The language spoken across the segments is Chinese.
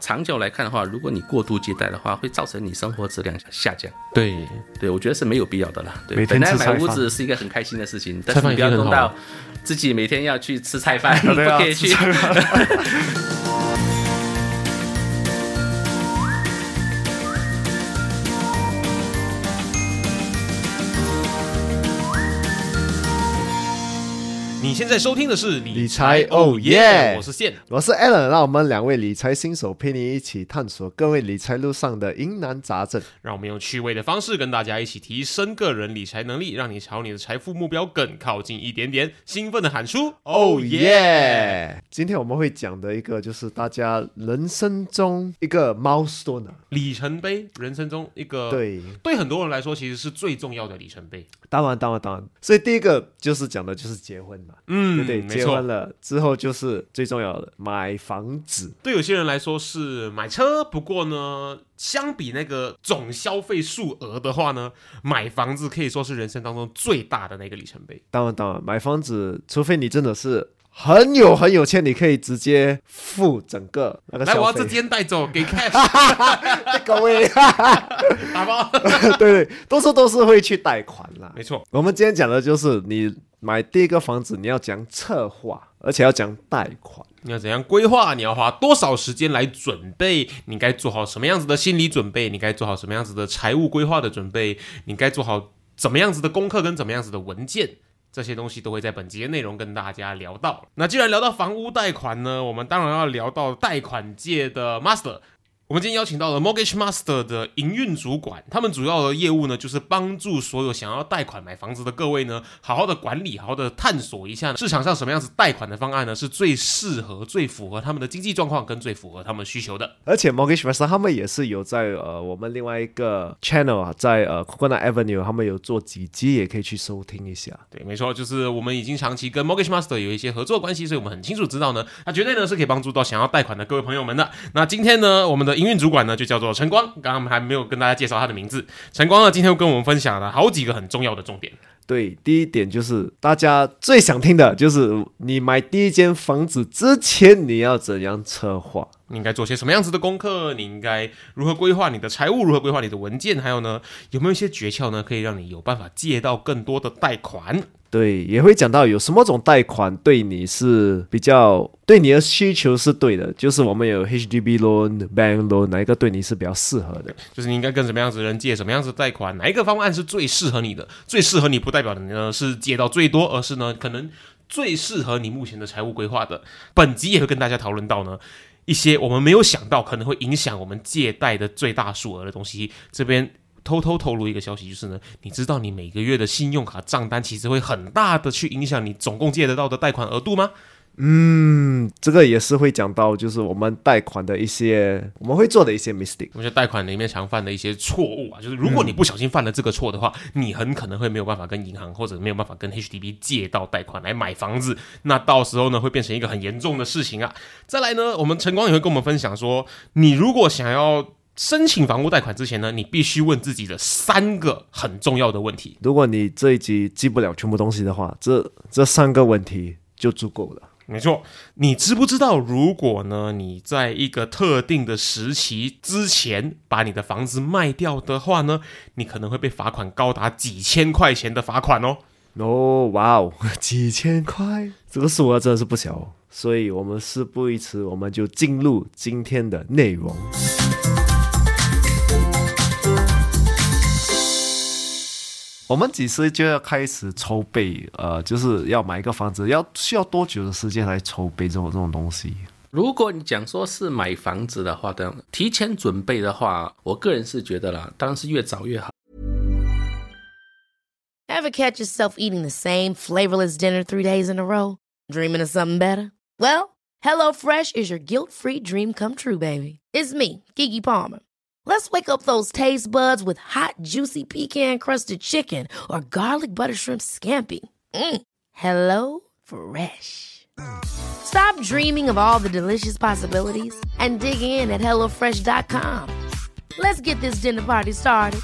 长久来看的话，如果你过度接待的话，会造成你生活质量下降。对，对，我觉得是没有必要的啦。对，每本天来吃买菜屋饭子是一个很开心的事情，但菜是饭你已不要经很弄好到自己每天要去吃菜饭，不对啊，可以去。 你现在收听的是理财哦耶我是线。我是 Alan，让我们两位理财新手陪你一起探索各位理财路上的疑难杂症。让我们用趣味的方式跟大家一起提升个人理财能力，让你朝你的财富目标更靠近一点点。兴奋的喊出哦哦耶！耶！今天我们会讲的一个就是大家人生中一个 milestone，啊里程碑，人生中一个对，对很多人来说其实是最重要的里程碑。当然当然当然。所以第一个就是讲的就是结婚嘛，嗯对不对？没结婚错。了之后就是最重要的买房子，对有些人来说是买车，不过呢，相比那个总消费数额的话呢，买房子可以说是人生当中最大的那个里程碑。当然当然买房子，除非你真的是。很有很有钱，你可以直接付整个那个消来，费。我要啊这间带走，给 cash 各位，打包。 对对，多数都是会去贷款啦没。错，我们今天讲的就是你买第一个房子，你要讲策划，而且要讲贷款。你要怎样规划？你要花多少时间来准备？你该做好什么样子的心理准备？你该做好什么样子的财务规划的准备？你该做好怎么样子的功课跟怎么样子的文件？这些东西都会在本集的内容跟大家聊到。那既然聊到房屋贷款呢，我们当然要聊到贷款界的 master。我们今天邀请到了 Mortgage Master 的营运主管，他们主要的业务呢，就是帮助所有想要贷款买房子的各位呢，好好的管理，好好的探索一下市场上什么样子贷款的方案呢，是最适合、最符合他们的经济状况跟最符合他们需求的。而且 Mortgage Master 他们也是有在呃我们另外一个 channel 啊，在呃 Coconut Avenue 他们有做几集，也可以去收听一下。对，没错，就是我们已经长期跟 Mortgage Master 有一些合作关系，所以我们很清楚知道呢，它绝对呢是可以帮助到想要贷款的各位朋友们的。那今天呢，我们的营运主管呢就叫做晨光，刚刚我们还没有跟大家介绍他的名字。晨光呢今天又跟我们分享了好几个很重要的重点。对，第一点就是大家最想听的就是你买第一间房子之前你要怎样策划。你应该做些什么样子的功课？你应该如何规划你的财务？如何规划你的文件？还有呢，有没有一些诀窍呢，可以让你有办法借到更多的贷款？对，也会讲到有什么种贷款对你是比较对你的需求是对的，就是我们有 HDB loan、bank loan 哪一个对你是比较适合的？就是你应该跟什么样子的人借什么样子的贷款？哪一个方案是最适合你的？最适合你不代表你呢是借到最多，而是呢可能最适合你目前的财务规划的。本集也会跟大家讨论到呢。一些我们没有想到可能会影响我们借贷的最大数额的东西，这边偷偷透露一个消息，就是呢，你知道你每个月的信用卡账单其实会很大的去影响你总共借得到的贷款额度吗？嗯，这个也是会讲到，就是我们贷款的一些我们会做的一些 mistake。我觉得贷款里面常犯的一些错误啊，就是如果你不小心犯了这个错的话，你很可能会没有办法跟银行或者没有办法跟 HDB 借到贷款来买房子，那到时候呢会变成一个很严重的事情啊。再来呢，我们晨光也会跟我们分享说，你如果想要申请房屋贷款之前呢，你必须问自己的三个很重要的问题。如果你这一集记不了全部东西的话，这这三个问题就足够了。没错，你知不知道，如果呢你在一个特定的时期之前把你的房子卖掉的话呢，你可能会被罚款高达几千块钱的罚款哦。哦，哇哦， 几千块，这个数额真的是不小、哦。所以我们事不宜迟，我们就进入今天的内容。我们几时就要开始筹备？呃，就是要买一个房子，要需要多久的时间来筹备这种这种东西？如果你讲说是买房子的话，等提前准备的话，我个人是觉得啦，当然是越早越好。 Ever catch yourself eating the same flavorless dinner three days in a row? Dreaming of something better? Well, HelloFresh is your guilt free dream come true, baby. It's me, Gigi Palmer. Let's wake up those taste buds with hot, juicy pecan crusted chicken or garlic butter shrimp scampi. Mm. Hello Fresh. Stop dreaming of all the delicious possibilities and dig in at HelloFresh.com. Let's get this dinner party started.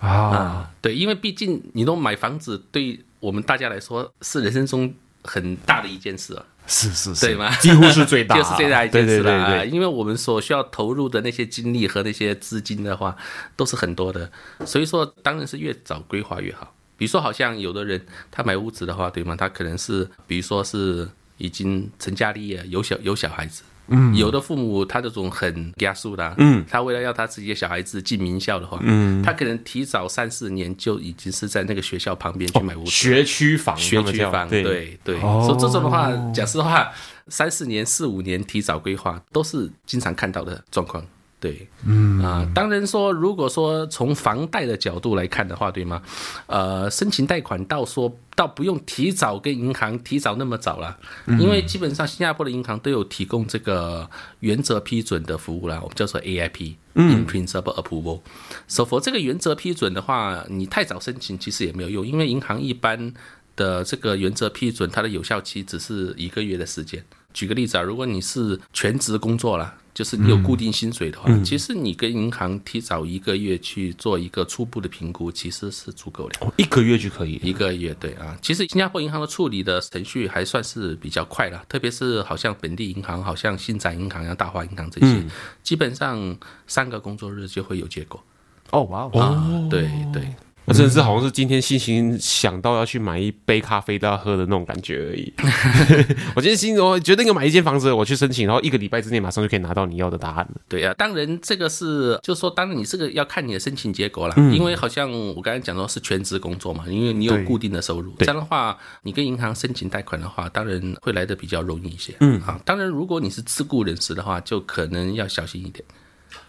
啊，啊，对，因为毕竟你都买房子，对我们大家来说是人生中很大的一件事啊，是是是，对吗？几乎是最大 就是最大一件事了、对对啊，对对因为我们所需要投入的那些精力和那些资金的话，都是很多的，所以说当然是越早规划越好。比如说，好像有的人他买屋子的话，对吗？他可能是，比如说是已经成家立业，有小有小孩子。嗯，有的父母他这种很压缩的、嗯，他为了要他自己的小孩子进名校的话，嗯，他可能提早三四年就已经是在那个学校旁边去买屋子了，学区房，学他们区叫房，对对对，哦所以这种的话，讲实话，三四年、四五年提早规划都是经常看到的状况。对，嗯啊、当然说，如果说从房贷的角度来看的话，对吗？呃，申请贷款到说到不用提早跟银行提早那么早了，因为基本上新加坡的银行都有提供这个原则批准的服务啦，我们叫做 AIP。In principle approval，所以、so、for 这个原则批准的话，你太早申请其实也没有用，因为银行一般的这个原则批准，它的有效期只是一个月的时间。举个例子啊，如果你是全职工作啦，就是你有固定薪水的话，其实你跟银行提早一个月去做一个初步的评估，其实是足够的。哦一个月就可以。一个月，对啊，其实新加坡银行的处理的程序还算是比较快了，特别是好像本地银行、好像新展银行、像大华银行这些，基本上三个工作日就会有结果。哦哇哦，啊，对对，我真的是好像是今天心情想到要去买一杯咖啡都要喝的那种感觉而已。 我今天心我决定要买一间房子，我去申请，然后一个礼拜之内马上就可以拿到你要的答案了。对啊，当然这个是，就是说，当然你这个要看你的申请结果啦，因为好像我刚才讲到是全职工作嘛，因为你有对固定的收入，这样的话，你跟银行申请贷款的话，当然会来的比较容易一些。嗯啊，当然如果你是自雇人士的话，就可能要小心一点。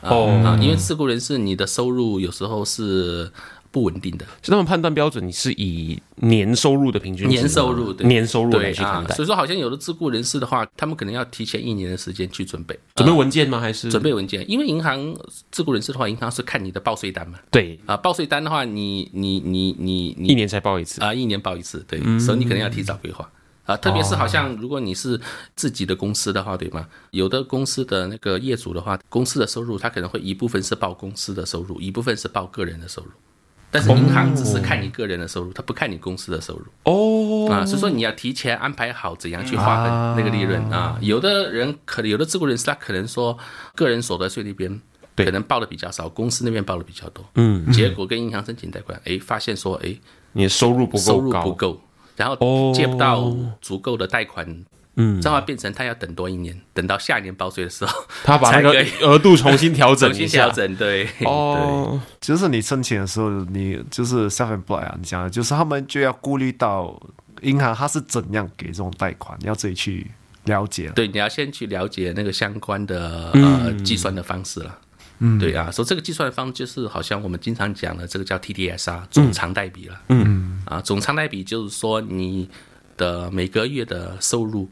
啊、哦啊，因为自雇人士你的收入有时候是不稳定的，所以他们判断标准，你是以年收入的平均值吗年收入对年收入来对去看啊，待所。以说好像有的自雇人士的话，他们可能要提前一年的时间去准备。准备文件吗？还是准备文件，因为银行自雇人士的话，银行是看你的报税单嘛，对啊，报税单的话，你你你你一你年嗯才报一次？啊、一年报一次，对，所以你可能要提早规划啊、特别是好哦像如果你是自己的公司的话，对吗？有的公司的那个业主的话，公司的收入他可能会一部分是报公司的收入，一部分是报个人的收入。但是银行只是看你个人的收入，他不看你公司的收入哦，啊，所以说你要提前安排好怎样去划分那个利润啊。有的人可能有的自雇人士他可能说个人所得税那边对可能报的比较少，公司那边报的比较多，嗯，结果跟银行申请贷款，哎，发现说哎你的收入不收够入高，不够，然哦后借不到足够的贷款，嗯，这样变成他要等多一年，等到下一年报税的时候他把那个才可以额度重新调整重一新下调。整，对，哦，就是你申请的时候，你就是 self employed 啊，你讲的就是他们就要顾虑到银行它是怎样给这种贷款，你要自己去了解。对，对，你要先去了解那个相关的呃嗯计算的方式了。嗯，对啊，所以这个计算的方式就是好像我们经常讲的，这个叫 TDS 嗯啊，总偿贷比了。嗯，啊，总偿贷比就是说你的每个月的收入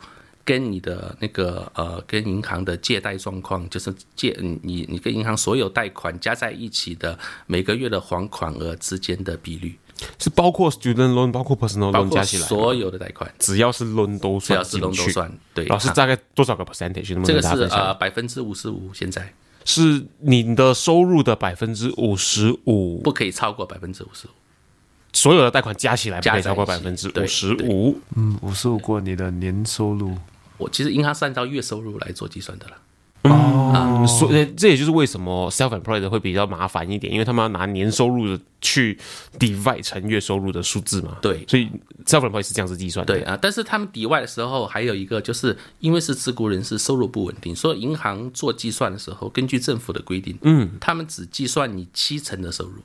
跟你的那个呃跟银行的借贷状况，就是借你你你跟银行所有贷款加在一起的每个月的还款额之间的比率，是包括 student loan，包括 personal 包 loan 括加起来，所有的贷款，只要是 loan 都只算要是进都都去。算。对，老师啊大概多少个啊 percentage？能不这能个大家是分享？呃百分之五十五现在。是你的收入的百分之五十五，不可以超过百分之五十五。所有的贷款加起来不可以超过百加在分一之起五对十五。嗯，五十五过你的年收入，我其实银行是按照月收入来做计算的了。嗯，哦所以这也就是为什么 self employed 会比较麻烦一点，因为他们要拿年收入的去 divide 乘月收入的数字嘛。对所以 self employed 是这样子计算的。对啊，但是他们抵外的时候还有一个，就是因为是自雇人士，收入不稳定，所以银行做计算的时候，根据政府的规定，嗯，他们只计算你七成的收入。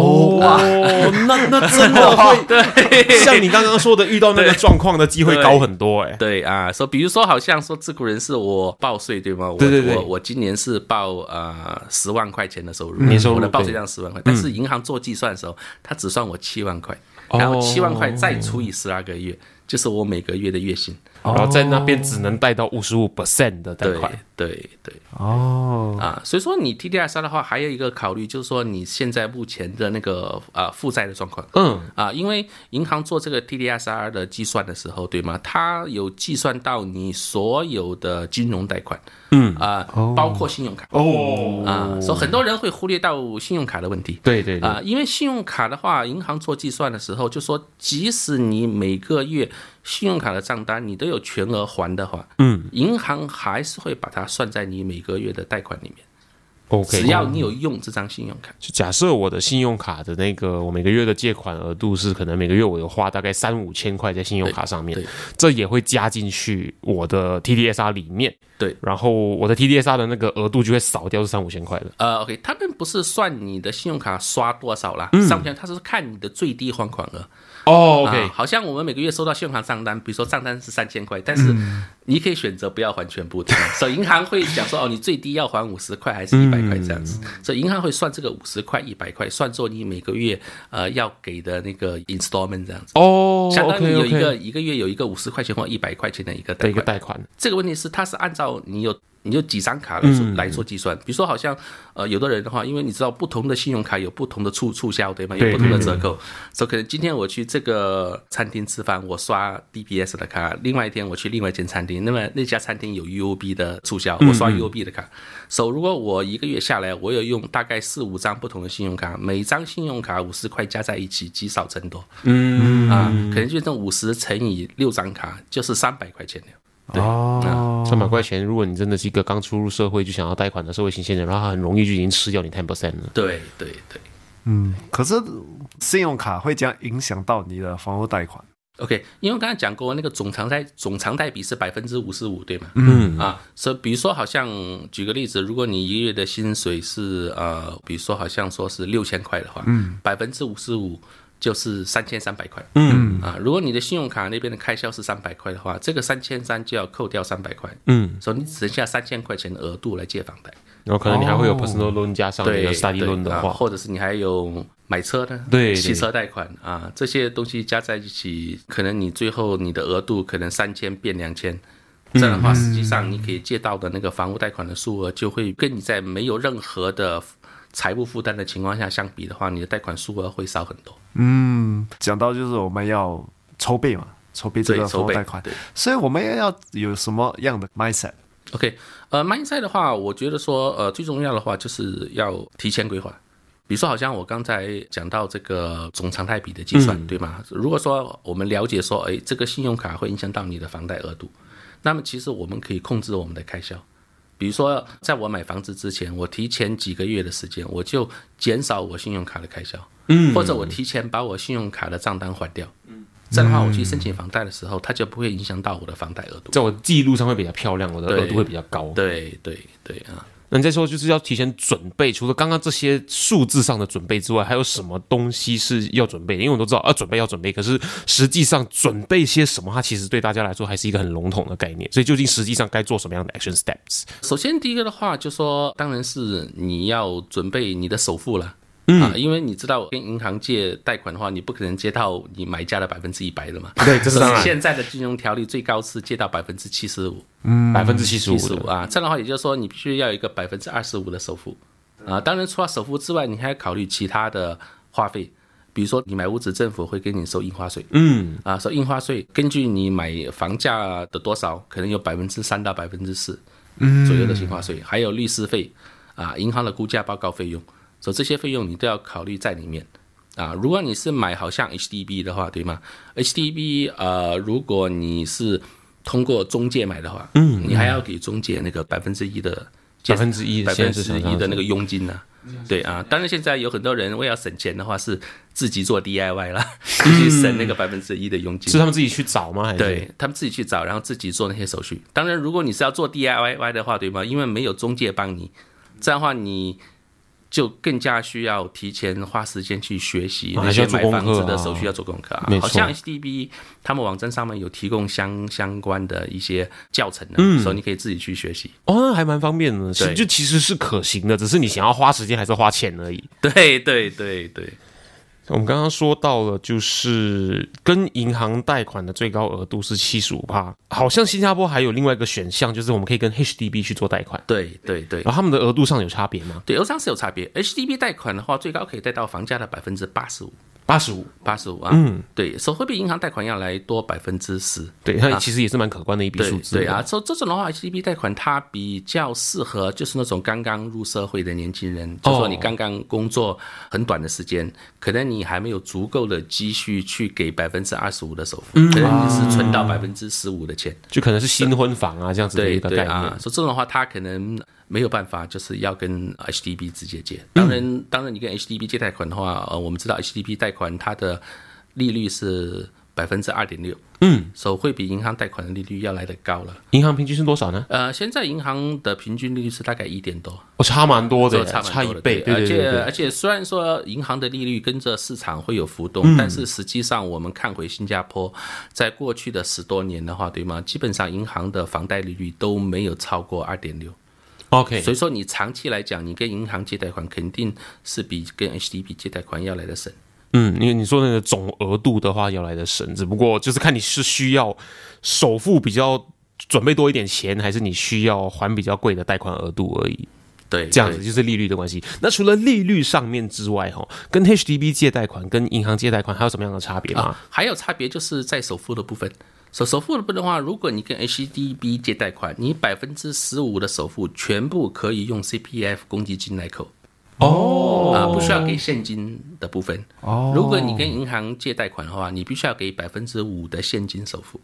哦， 那那真 的会像你刚刚说的，遇到那个状况的机会高很多哎、对啊，说比如说，好像说自雇人士我报税对吗？我对对对我我今年是报呃十万块钱的收入，嗯年收入我的报税对嗯量十万块，但是银行做计算的时候，他只算我七万块，哦然后七万块再除以十二个月，就是我每个月的月薪。然后在那哦边只能贷到五十五 percent 的贷对款。对对哦，啊，所以说你 TDR 三的话，还有一个考虑就是说你现在目前的那个呃负债的状况。嗯，啊，因为银行做这个 TDSR 的计算的时候，对吗？它有计算到你所有的金融贷款，嗯啊、包括信用卡哦，啊，所以很多人会忽略到信用卡的问题。对对对，啊啊、因为信用卡的话，银行做计算的时候就说，即使你每个月信用卡的账单你都有全额还的话，嗯银行还是会把它算在你每个月的贷款里面， ，OK，只要你有用这张信用卡。就假设我的信用卡的那个我每个月的借款额度是可能每个月我有花大概三五千块在信用卡上面对对，这也会加进去我的 TDSR 里面。对然后我的 TDSR 的那个额度就会少掉这三五千块了。呃，OK，他们不是算你的信用卡刷多少啦，嗯上千，他是看你的最低还款额。哦，OK，啊好像我们每个月收到信用卡账单，比如说账单是三千块，但是嗯你可以选择不要还全 部的，所以银行会讲说哦，你最低要还五十块还嗯是一百块这样子，所以银行会算这个五十块、一百块，算作你每个月呃要给的那个 installment 这样子。哦相当于有一个 OK，OK 一个月有一个五十块钱或一百块钱的一个的贷一个款，贷款。这个问题是，它是按照你有你有几张卡来嗯做、来做计算。比如说，好像呃，有的人的话，因为你知道不同的信用卡有不同的促促销，对吗？有对不同的折扣，所以可能今天我去这个餐厅吃饭，我刷 DBS 的卡；，另外一天我去另外一间餐厅，那么那家餐厅有 UOB 的促销，嗯我刷 UOB 的卡。所以如果我一个月下来，我有用大概四五张不同的信用卡，每一张信用卡五十块加在一起，积少成多嗯啊，可能就这五十乘以六张卡就是三百块钱了。哦，三百块钱，如果你真的是一个刚出入社会就想要贷款的社会新鲜人，然后他很容易就已经吃掉你 ten percent 了。对对对。可是信用卡会这样影响到你的房屋贷款。 OK，因为我刚才讲过，那个总偿贷总偿贷比是百分之五十五，对吗？嗯啊，所以比如说，好像举个例子，如果你一个月的薪水是呃，比如说好像说是六千块的话，嗯，百分之五十五就是三千三百块，嗯啊，如果你的信用卡那边的开销是三百块的话，这个三千三就要扣掉三百块，嗯，所以你只剩下三千块钱的额度来借房贷，然后可能你还会有哦 personal loan 加上你对的 study 对 loan 的啊话，或者是你还有买车呢，对对汽车贷款啊，这些东西加在一起，可能你最后你的额度可能三千变两千。这嗯样的话，实际上你可以借到的那个房屋贷款的数额，就会跟你在没有任何的财务负担的情况下相比的话，你的贷款数额会少很多。嗯，讲到就是我们要筹备嘛，筹备这对个筹房屋备贷款对，所以我们要有什么样的 mindset？ OK，呃，mindset 的话，我觉得说，呃，最重要的话就是要提前规划。比如说，好像我刚才讲到这个总常态比的计算，对吗？如果说我们了解说，哎，这个信用卡会影响到你的房贷额度，那么其实我们可以控制我们的开销。比如说，在我买房子之前，我提前几个月的时间，我就减少我信用卡的开销，嗯，或者我提前把我信用卡的账单还掉，嗯，这样的话，我去申请房贷的时候，它就不会影响到我的房贷额度。在我记录上会比较漂亮，我的对额度会比较高。对对对啊，那你再说，就是要提前准备，除了刚刚这些数字上的准备之外，还有什么东西是要准备的？因为我都知道啊，准备要准备，可是实际上准备些什么，它其实对大家来说还是一个很笼统的概念。所以究竟实际上该做什么样的 action steps？首先第一个的话，就说当然是你要准备你的首付了。嗯、啊，因为你知道跟银行借贷款的话，你不可能借到你买家的百分之一百的嘛。对，这所以现在的金融条例最高是借到百分之七十五，百分之七十七五十五啊。嗯这样的话，也就是说你必须要有一个百分之二十五的首付啊。当然，除了首付之外，你还要考虑其他的花费，比如说你买屋子，政府会给你收印花税，嗯啊，所以印花税根据你买房价的多少，可能有百分之三到百分之四嗯左右的印花税，还有律师费啊，银行的估价报告费用，所以这些费用你都要考虑在里面。啊，如果你是买好像 HDB 的话，对吗？HDB 呃，如果你是通过中介买的话，嗯，你还要给中介那个百分之一的百分之一，百现分在是之什么一的那个佣金呢、对啊，当然现在有很多人为了省钱的话是自己做 DIY 啦，自己省那个百分之一的佣金。是他们自己去找吗？还是对他们自己去找，然后自己做那些手续。当然，如果你是要做 DIY 的话，对吗？因为没有中介帮你，这样的话你就更加需要提前花时间去学习啊那还些需要做买功房子课的啊手续要做功课啊没。错好像 HDB 他们网站上面有提供相相关的一些教程的，嗯所以你可以自己去学习。哦，那还蛮方便的，是对就其实是可行的，只是你想要花时间还是花钱而已。对对对对，我们刚刚说到了，就是跟银行贷款的最高额度是七十五趴，好像新加坡还有另外一个选项，就是我们可以跟 HDB 去做贷款，对对对然后他们的额度上有差别吗？对，欧商是有差别。HDB 贷款的话，最高可以贷到房价的百分之八十五。八十五，八十五啊，嗯，对，手绘比银行贷款要来多百分之十，对，那其实也是蛮可观的一笔对数字。啊对啊，，所以这种的话，HDB 贷款它比较适合就是那种刚刚入社会的年轻人，就说你刚刚工作很短的时间，可能你还没有足够的积蓄去给百分之二十五的首嗯付，可能你啊是存到百分之十五的钱，就可能是新婚房啊这样子的对一个对概啊念，。所以这种的话，他可能没有办法，就是要跟 HDB 直接借。嗯当然，当然你跟 HDB 借贷款的话，呃，我们知道 HDB 贷款它的利率是百分之二点六，嗯，所以会比银行贷款的利率要来的高了。银行平均是多少呢？呃，现在银行的平均利率是大概一点多，哦，差蛮多这的，个差蛮一多的倍，对而对对且对而且虽然说银行的利率跟着市场会有浮动，嗯但是实际上我们看回新加坡，在过去的十多年的话，对吗？基本上银行的房贷利率都没有超过二点六， OK，所以说你长期来讲，你跟银行借贷款肯定是比跟 HDB 借贷款要来的省。嗯，因为你说那个总额度的话要来的省，只不过就是看你是需要首付比较准备多一点钱，还是你需要还比较贵的贷款额度而已。对，这样对子就是利率的关系。那除了利率上面之外，哈，跟 HDB 借贷款、跟银行借贷款还有什么样的差别吗？还有差别就是在首付的部分。首首付的部分的话，如果你跟 HDB 借贷款，你百分之十五的首付全部可以用 CPF 公积金来扣。哦，啊，不需要给现金的部分。哦，如果你跟银行借贷款的话，你必须要给百分之五的现金首付，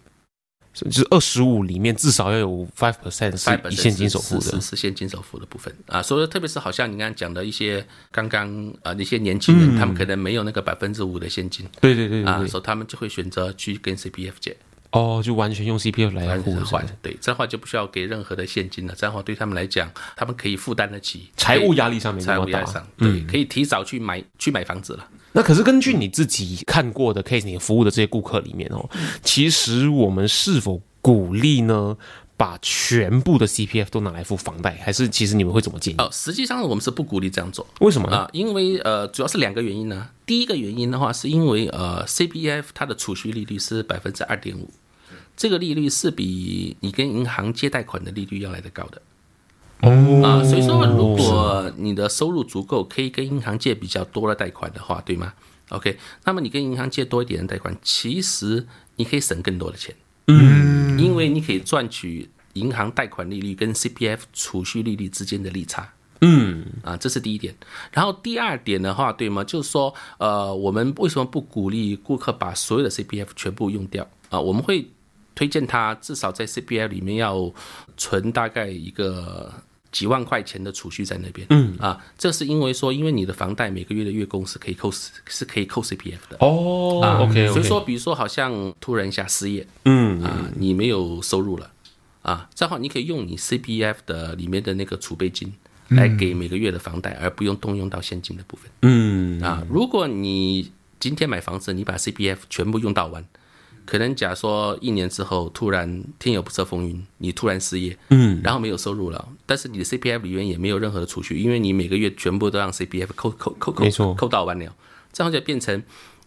就是二十五里面至少要有 five percent 是以现金首付是的是。是现金首付的部分啊。所以特别是好像你刚刚讲的一些刚刚呃那些年轻人，他们可能没有那个百分之五的现金对嗯对对啊，对对，所以他们就会选择去跟 CPF 借。哦，就完全用 CPF 来还是付还款。啊对，这样的话就不需要给任何的现金了。这样的话对他们来讲，他们可以负担得起财务压力上可以面财那务么压大嗯力，上，对，可以提早去买去买房子了。那可是根据你自己看过的 case，你服务的这些顾客里面哦，其实我们是否鼓励呢，把全部的 CPF 都拿来付房贷，还是其实你们会怎么建议？哦，实际上我们是不鼓励这样做。为什么呢？啊、因为呃，主要是两个原因呢。第一个原因的话，是因为呃，CPF 它的储蓄利率是百分之二点五，这个利率是比你跟银行借贷款的利率要来的高的。哦，啊，所以说如果你的收入足够，可以跟银行借比较多的贷款的话，对吗？OK，那么你跟银行借多一点的贷款，其实你可以省更多的钱，嗯，因为你可以赚取银行贷款利率跟 CPF 储蓄利率之间的利差。啊，这是第一点。然后第二点的话，对吗？就是说，呃，我们为什么不鼓励顾客把所有的 CPF 全部用掉啊？我们会推荐他至少在 CPF 里面要存大概一个。几万块钱的储蓄在那边，嗯啊，这是因为说，因为你的房贷每个月的月供是可以扣是可以扣 CPF 的，哦、o 啊 k 所以说，比如说，好像突然一下失业，嗯啊，你没有收入了，啊，这样的话你可以用你 CPF 的里面的那个储备金来给每个月的房贷，而不用动用到现金的部分嗯，啊。如果你今天买房子，你把 CPF 全部用到完，可能假说一年之后突然天有不测风云，你突然失业，嗯，然后没有收入了，但是你的 CPF 里面也没有任何的储蓄，因为你每个月全部都让 CPF 扣扣扣扣没错扣扣到完了，这样就变成。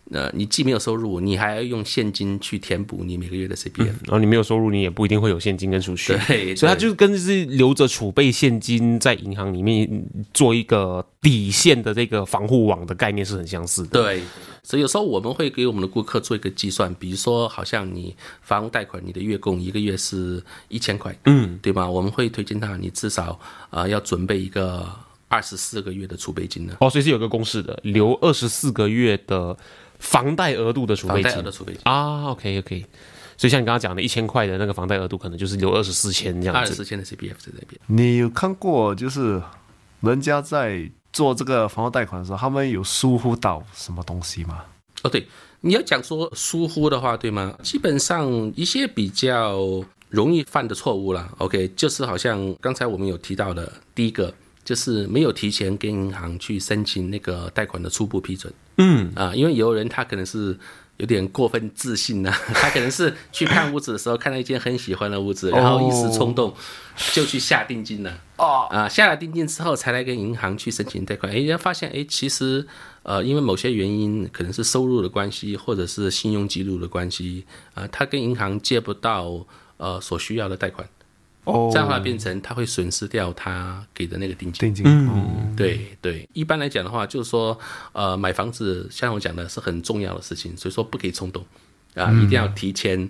呃，你既没有收入，你还要用现金去填补你每个月的 CPF，、然后你没有收入，你也不一定会有现金跟储蓄，对所以他对就跟是留着储备现金在银行里面嗯做一个底线的这个防护网的概念是很相似的。对，所以有时候我们会给我们的顾客做一个计算，比如说，好像你房屋贷款，你的月供一个月是一千块，嗯，对吧？我们会推荐他，你至少啊、呃要准备一个二十四个月的储备金呢，哦，所以是有个公式的，留二十四个月的房贷额度的储房备贷额金的储备金，啊。OK OK，所以像你刚刚讲的，一千块的那个房贷额度，可能就是留二十四千这样二子。十千的 CPF 在那边。你有看过就是人家在做这个房屋贷款的时候，他们有疏忽到什么东西吗？哦，对，你要讲说疏忽的话，对吗？基本上一些比较容易犯的错误啦。OK，就是好像刚才我们有提到的，第一个就是没有提前跟银行去申请那个贷款的初步批准。嗯啊，因为有人他可能是。有点过分自信呐、啊 他可能是去看屋子的时候看到一间很喜欢的屋子，然后一时冲动就去下定金了。啊，下了定金之后才来跟银行去申请贷款，哎，人家发现哎，其实呃，因为某些原因，可能是收入的关系，或者是信用记录的关系，啊、他跟银行借不到呃所需要的贷款，哦，这样的话变成他会损失掉他给的那个定金。定金，嗯，对对，一般来讲的话，就是说，呃，买房子像我讲的是很重要的事情，所以说不可以冲动，啊，一定要提前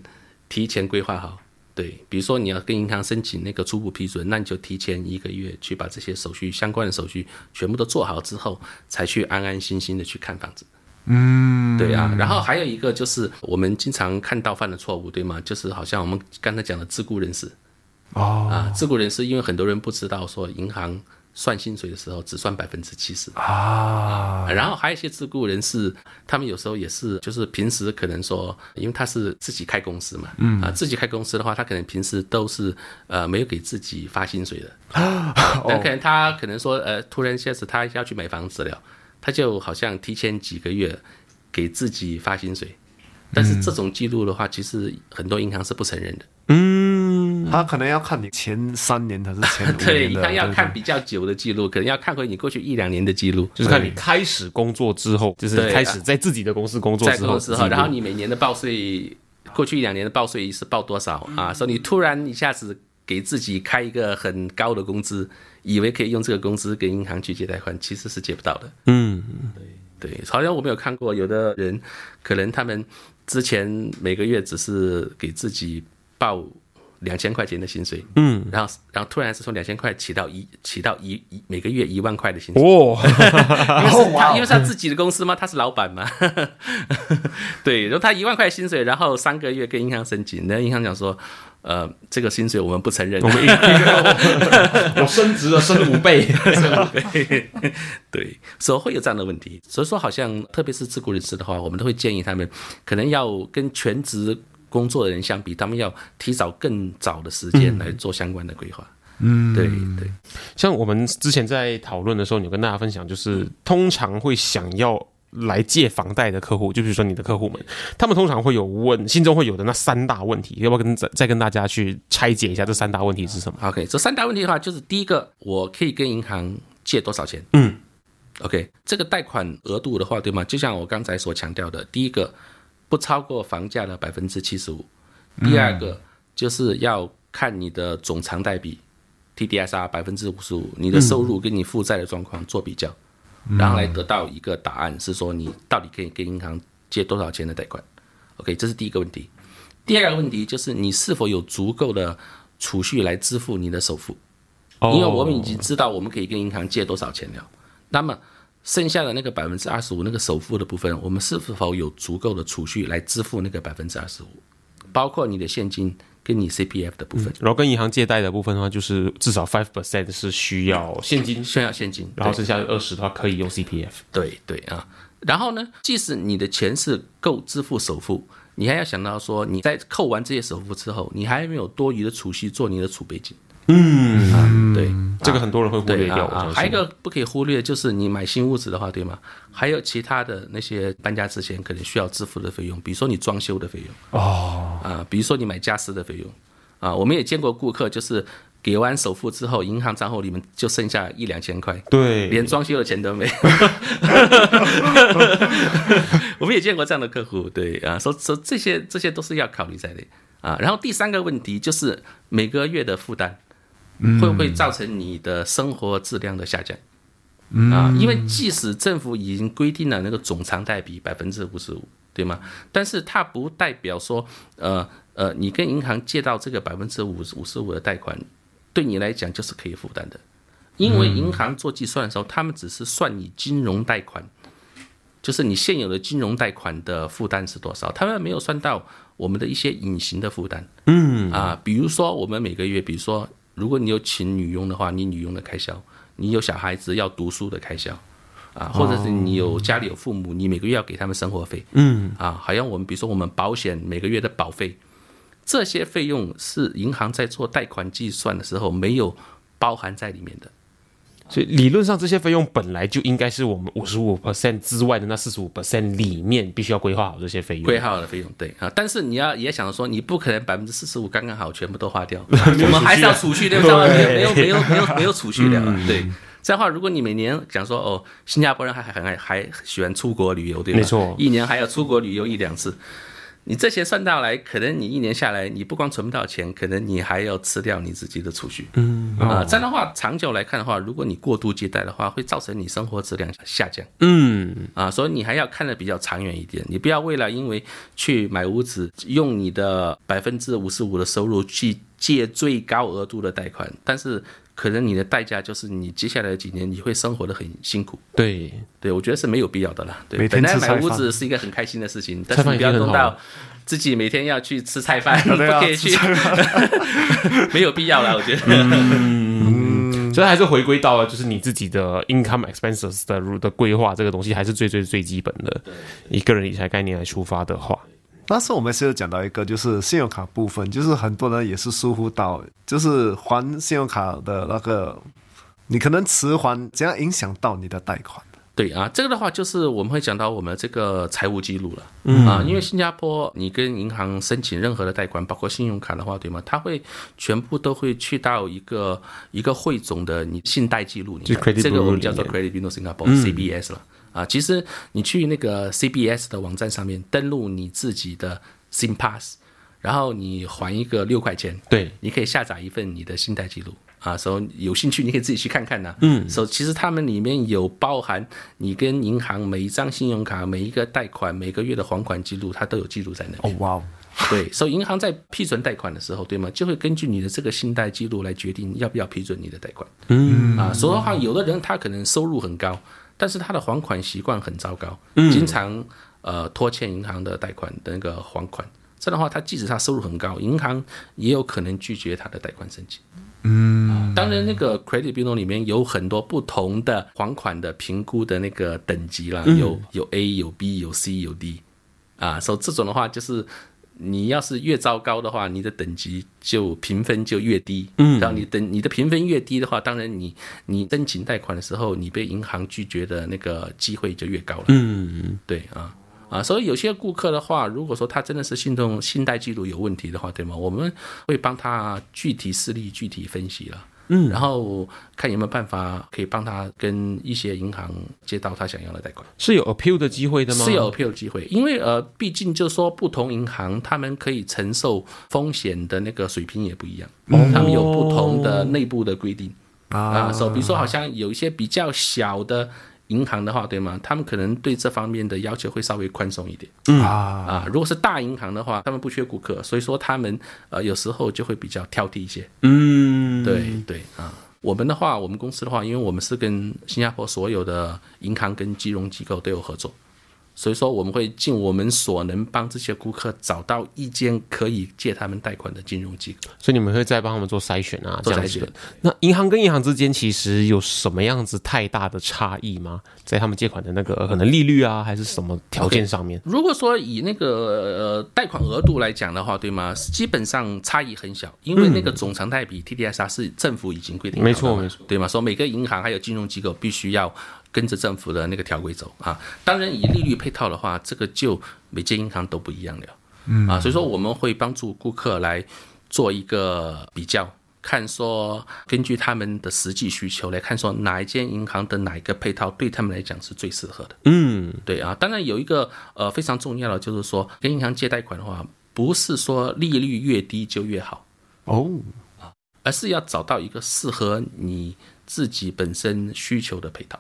提前规划好。对，比如说你要跟银行申请那个初步批准，那你就提前一个月去把这些手续相关的手续全部都做好之后，才去安安心心的去看房子。嗯，对啊，然后还有一个就是我们经常看到犯的错误，对吗？就是好像我们刚才讲的自雇人士，哦啊，自雇人士因为很多人不知道说银行算薪水的时候只算百分之七十，啊，然后还有一些自雇人士，他们有时候也是，就是平时可能说，因为他是自己开公司嘛，嗯啊、自己开公司的话，他可能平时都是呃没有给自己发薪水的，啊但可能他可能说呃突然下子他要去买房子了，他就好像提前几个月给自己发薪水，但是这种记录的话，其实很多银行是不承认的。他可能要看你前三年还是前五 年的，对，啊你看要对看比较久的记录，可能要看回你过去一两年的记录，就是看你开始工作之后，就是对啊开始在自己的公司工作在之后公记司录，后，然后你每年的报税，过去一两年的报税是报多少嗯啊？所以你突然一下子给自己开一个很高的工资，以为可以用这个工资给银行去借贷款，其实是借不到的。嗯，对，好像我没有看过有的人，可能他们之前每个月只是给自己报两千块钱的薪水，嗯，然后然后突然是从两千块起到一起到一一每个月一万块的薪水。哦，因为是他，因为是他自己的公司嘛，他是老板嘛， 对，然后他一万块薪水，然后三个月跟银行申请，那银行讲说，呃，这个薪水我们不承认， 我升职了，升五倍，对，所以会有这样的问题。所以说，好像特别是自雇人士的话，我们都会建议他们，可能要跟全职工作的人相比，他们要提早更早的时间嗯来做相关的规划。嗯，对对，像我们之前在讨论的时候，你有跟大家分享，就是嗯通常会想要来借房贷的客户，就比如说你的客户们，他们通常会有问心中会有的那三大问题，要不要跟再再跟大家去拆解一下这三大问题是什么？ OK，这三大问题的话，就是第一个，我可以跟银行借多少钱？嗯，OK，这个贷款额度的话，对吗？就像我刚才所强调的，第一个不超过房价的百分之七十五，第二个就是要看你的总偿贷比 TDSR 百分之五十五，你的收入跟你负债的状况做比较，然后来得到一个答案，是说你到底可以跟银行借多少钱的贷款？OK，这是第一个问题。第二个问题就是你是否有足够的储蓄来支付你的首付，因为我们哦已经知道我们可以跟银行借多少钱了。那么剩下的那个百分之二十五那个首付的部分，我们是否有足够的储蓄来支付那个百分之二十五，包括你的现金跟你 CPF 的部分，然后跟银行借贷的部分的话，就是至少 five percent 是需要现金，需要现金，然后对剩下的二十的话可以用 CPF。对对啊，然后呢，即使你的钱是够支付首付，你还要想到说，你在扣完这些首付之后，你还没有多余的储蓄做你的储备金。嗯，啊、对，这个很多人会忽略对掉，啊啊我还相有一信。个不可以忽略就是你买新屋子的话，对吗？还有其他的那些搬家之前可能需要支付的费用，比如说你装修的费用哦，啊，比如说你买家私的费用啊，我们也见过顾客就是给完首付之后，银行账户里面就剩下一两千块，对，连装修的钱都没有。我们也见过这样的客户，对啊，说说这些这些都是要考虑在内啊。然后第三个问题就是每个月的负担，会不会造成你的生活质量的下降？啊，因为即使政府已经规定了那个总偿贷比百分之五十五，对吗？但是它不代表说，呃呃，你跟银行借到这个百分之五五十五的贷款，对你来讲就是可以负担的。因为银行做计算的时候，他们只是算你金融贷款，就是你现有的金融贷款的负担是多少，他们没有算到我们的一些隐形的负担。嗯啊，比如说我们每个月，比如说如果你有请女佣的话，你女佣的开销，你有小孩子要读书的开销。啊，或者是你有家里有父母，你每个月要给他们生活费，嗯，啊，好像我们比如说我们保险每个月的保费，这些费用是银行在做贷款计算的时候没有包含在里面的。所以理论上这些费用本来就应该是我们五十五 percent 之外的那四十五 percent 里面必须要规划好这些费用。规划好的费用，对啊，但是你要也想说，你不可能百分之四十五刚刚好全部都花 掉，我们还是要储蓄，对不对？嗯没有没有没有没有没有储蓄了，对。这样的话，如果你每年讲说哦，新加坡人还还很爱还喜欢出国旅游，对吧？没错一年还要出国旅游一两次，你这些算到来，可能你一年下来，你不光存不到钱，可能你还要吃掉你自己的储蓄。嗯哦啊、这样的话，长久来看的话，如果你过度借贷的话，会造成你生活质量下降嗯，啊、所以你还要看得比较长远一点，你不要为了因为去买屋子，用你的百分之五十五的收入去借最高额度的贷款，但是可能你的代价就是你接下来几年你会生活的很辛苦。对，对，我觉得是没有必要的啦。对，每本来天吃买菜屋饭子是一个很开心的事情，但菜是饭你不要已经很弄好到了自己每天要去吃菜饭，不 对啊可以去吃， 嗯没有必要啦，我 觉得。所以还是回归到就是你自己的 income expenses 的的规划这个东西，还是最最最基本的一个人理财概念来出发的话，那时候我们是有讲到一个，就是信用卡部分，就是很多人也是疏忽到，就是还信用卡的那个，你可能迟还，怎样影响到你的贷款？对啊，这个的话就是我们会讲到我们这个财务记录了，嗯啊，因为新加坡你跟银行申请任何的贷款，包括信用卡的话，对吗？它会全部都会去到一个一个汇总的你信贷记录里就 credit 面，这个我 bureau 们叫做里嗯 Credit Bureau Singapore、CBS 了啊。其实你去那个 CBS 的网站上面登录你自己的 SingPass，然后你还一个六块钱，对，你可以下载一份你的信贷记录啊，所、以有兴趣你可以自己去看看呐、嗯，所、以其实他们里面有包含你跟银行每一张信用卡、每一个贷款、每个月的还款记录，它都有记录在那边。哦，哇哦，对，所、以银行在批准贷款的时候，对吗？就会根据你的这个信贷记录来决定要不要批准你的贷款。嗯啊，所以的话，有的人他可能收入很高，但是他的还款习惯很糟糕，经常呃拖欠银行的贷款的那个还款。这样的话，他即使他收入很高，银行也有可能拒绝他的贷款申请。嗯，当然，那个 credit bureau 里面有很多不同的还款的评估的那个等级啦，有有 A 有 B 有 C 有 D，啊，所以这种的话就是你要是越糟糕的话，你的等级就评分就越低。嗯，然后你等你的评分越低的话，当然你你申请贷款的时候，你被银行拒绝的那个机会就越高了。嗯，对啊。啊，所以有些顾客的话，如果说他真的是信用信贷记录有问题的话，对吗？我们会帮他具体事例具体分析了，嗯，然后看有没有办法可以帮他跟一些银行借到他想要的贷款。是有 appeal 的机会的吗？是有 appeal 机会，因为呃，毕竟就说不同银行他们可以承受风险的那个水平也不一样，哦他们有不同的内部的规定啊。所以比如说，好像有一些比较小的银行的话，对吗？他们可能对这方面的要求会稍微宽松一点。嗯啊，啊，如果是大银行的话，他们不缺顾客，所以说他们呃有时候就会比较挑剔一些。嗯，对对啊。我们的话，我们公司的话，因为我们是跟新加坡所有的银行跟金融机构都有合作，所以说我们会尽我们所能帮这些顾客找到一间可以借他们贷款的金融机构。所以你们会再帮他们做筛选啊，这做样筛子选的。那银行跟银行之间其实有什么样子太大的差异吗？在他们借款的那个可能利率啊，还是什么条件上面？如果说以那个呃贷款额度来讲的话，对吗？基本上差异很小，因为那个总偿贷比 TDSR 啊是政府已经规定好的嗯没错嘛没错，对吗？说每个银行还有金融机构必须要跟着政府的那个条规走啊。当然，以利率配套的话，这个就每间银行都不一样了，嗯啊，所以说我们会帮助顾客来做一个比较。看说，根据他们的实际需求来看，说哪一间银行的哪一个配套对他们来讲是最适合的。嗯嗯对啊，当然有一个呃非常重要的就是说，跟银行借贷款的话，不是说利率越低就越好，哦，而是要找到一个适合你自己本身需求的配套。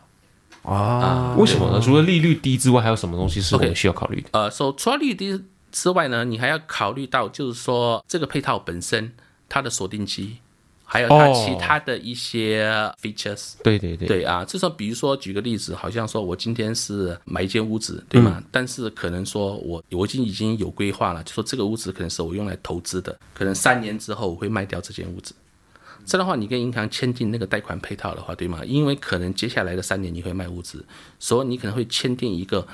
啊，为什么呢？除了利率低之外，还有什么东西是我们 OK 需要考虑的？呃，所、除了利率低之外呢，你还要考虑到就是说这个配套本身它的锁定期，还有它哦其他的一些 features。对对对，对啊，就说比如说举个例子，好像说我今天是买一间屋子，对吗？但是可能说我我已经已经有规划了，就说这个屋子可能是我用来投资的，可能三年之后我会卖掉这间屋子。这样的话，你跟银行签订那个贷款配套的话，对吗？因为可能接下来的三年你会卖屋子，所以你可能会签订一个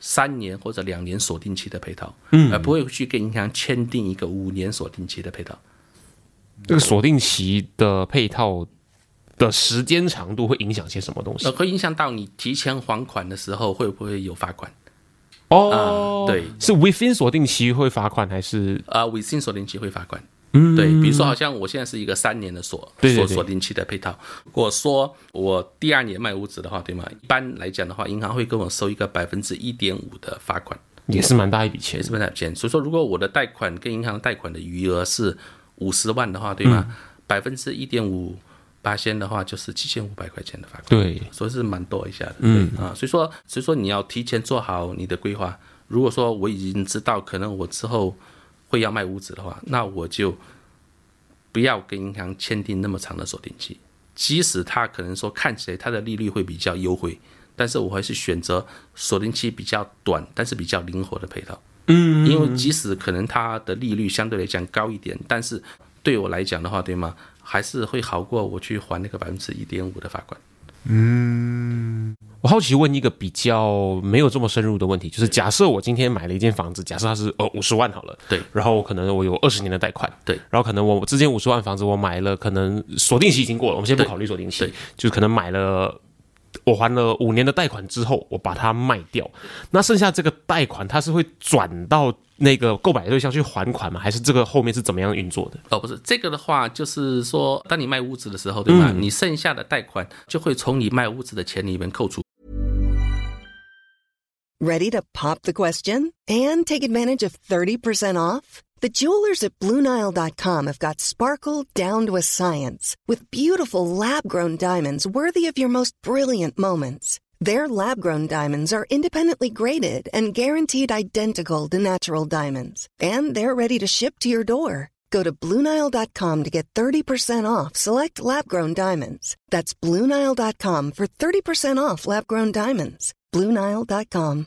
三年或者两年锁定期的配套，嗯，而不会去跟银行签订一个五年锁定期的配套。这个锁定期的配套的时间长度会影响些什么东西呃，？会影响到你提前还款的时候会不会有罚款？哦，啊对是 within 锁定期会罚款还是？啊，违信锁定期会罚款。嗯，对，比如说，好像我现在是一个三年的锁对对锁对锁定期的配套。如果说我第二年卖屋子的话，对吗？一般来讲的话，银行会跟我收一个百分之一点五的罚款。也是蛮大一笔钱也是。不太钱。所以说，如果我的贷款跟银行贷款的余额是五十万的话，对吗？嗯百分之一点五八仙的话，就是七千五百块钱的罚款。对，所以是蛮多一下的，嗯啊，所以说所以说你要提前做好你的规划。如果说我已经知道可能我之后会要卖屋子的话，那我就不要跟银行签订那么长的锁定期。即使它可能说看起来它的利率会比较优惠，但是我还是选择锁定期比较短，但是比较灵活的配套。嗯，因为即使可能它的利率相对来讲高一点，但是对我来讲的话，对吗？还是会好过我去还那个百分之一点五的罚款。我好奇问一个比较没有这么深入的问题，就是假设我今天买了一间房子，假设它是呃五十万好了，对然后可能我有二十年的贷款，对然后可能我之前五十万房子我买了，可能锁定期已经过了，我们先不对考虑锁定期对，就是可能买了。我还了五年的贷款之后，我把它卖掉，那剩下这个贷款它是会转到那个购买对象去还款吗？还是这个后面是怎么样运作的？哦，不是这个的话，就是说，当你卖屋子的时候，对嗯吧？你剩下的贷款就会从你卖屋子的钱里面扣除。 Ready to pop the question and take advantage of 30% off? The jewelers at Bluenile.com have got sparkle down to a science with beautiful lab grown diamonds worthy of your most brilliant moments. Their lab grown diamonds are independently graded and guaranteed identical to natural diamonds, and they're ready to ship to your door. Go to Bluenile.com to get 30% off select lab grown diamonds. That's Bluenile.com for 30% off lab grown diamonds. Bluenile.com.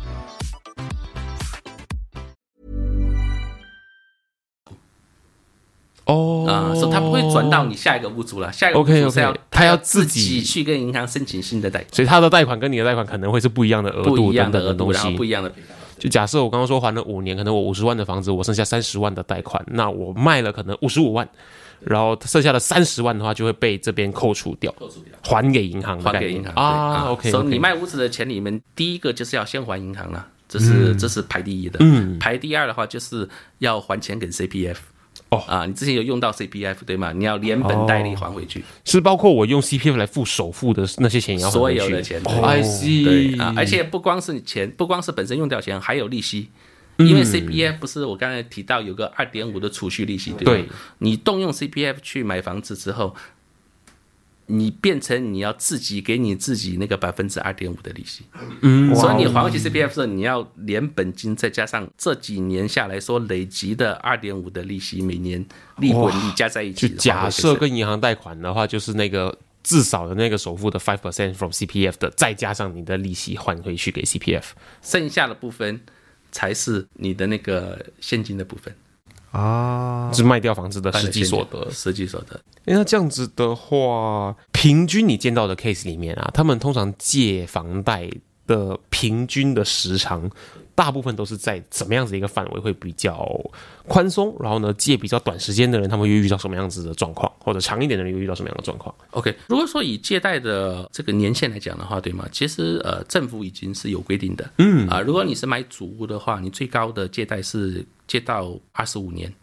哦啊，所以它不会转到你下一个屋主了。下一个屋 OK，OK，主是要他要自自己去跟银行申请新的贷款，所以他的贷款跟你的贷款可能会是不一样的额不度一样等的等额的度，东然后西不。一样的赔偿。就假设我刚刚说还了五年，可能我五十万的房子，我剩下三十万的贷款，那我卖了可能五十五万，然后剩下的三十万的话就会被这边扣除掉，还给银行的还概给念银行啊。OK，所以 OK 你卖屋子的钱里面，第一个就是要先还银行了，这是这是排第一的。嗯，排第二的话就是要还钱给 CPF。哦啊，你之前有用到 CPF 对吗？你要连本带利还回去。是包括我用 CPF 来付首付的那些钱也要还所回去有的钱哦 I 对 see 啊，而且不光是钱，不光是本身用掉钱，还有利息。嗯因为 CPF 不是我刚才提到有个二点五的储蓄利息，对吧对你动用 CPF 去买房子之后，你变成你要自己给你自己那个百分之二点五的利息，嗯，所以你还回去 CPF 的时候，你要连本金再加上这几年下来说累积的二点五的利息，每年利滚利加在一就起，假设跟银行贷款的话，就是那个至少的那个首付的 five percent from CPF 的，再加上你的利息还回去给 CPF。剩下的部分才是你的那个现金的部分。啊，就是卖掉房子的实际所得。实际所得。诶那这样子的话，平均你见到的 case 里面啊，他们通常借房贷的平均的时长，大部分都是在怎么样子的一个范围会比较宽松？然后呢，借比较短时间的人，他们会遇到什么样子的状况？或者长一点的人又遇到什么样的状况？ OK，如果说以借贷的这个年限来讲的话，对吗？其实呃，政府已经是有规定的。嗯啊、如果你是买主屋的话，你最高的借贷是借到二十五年；嗯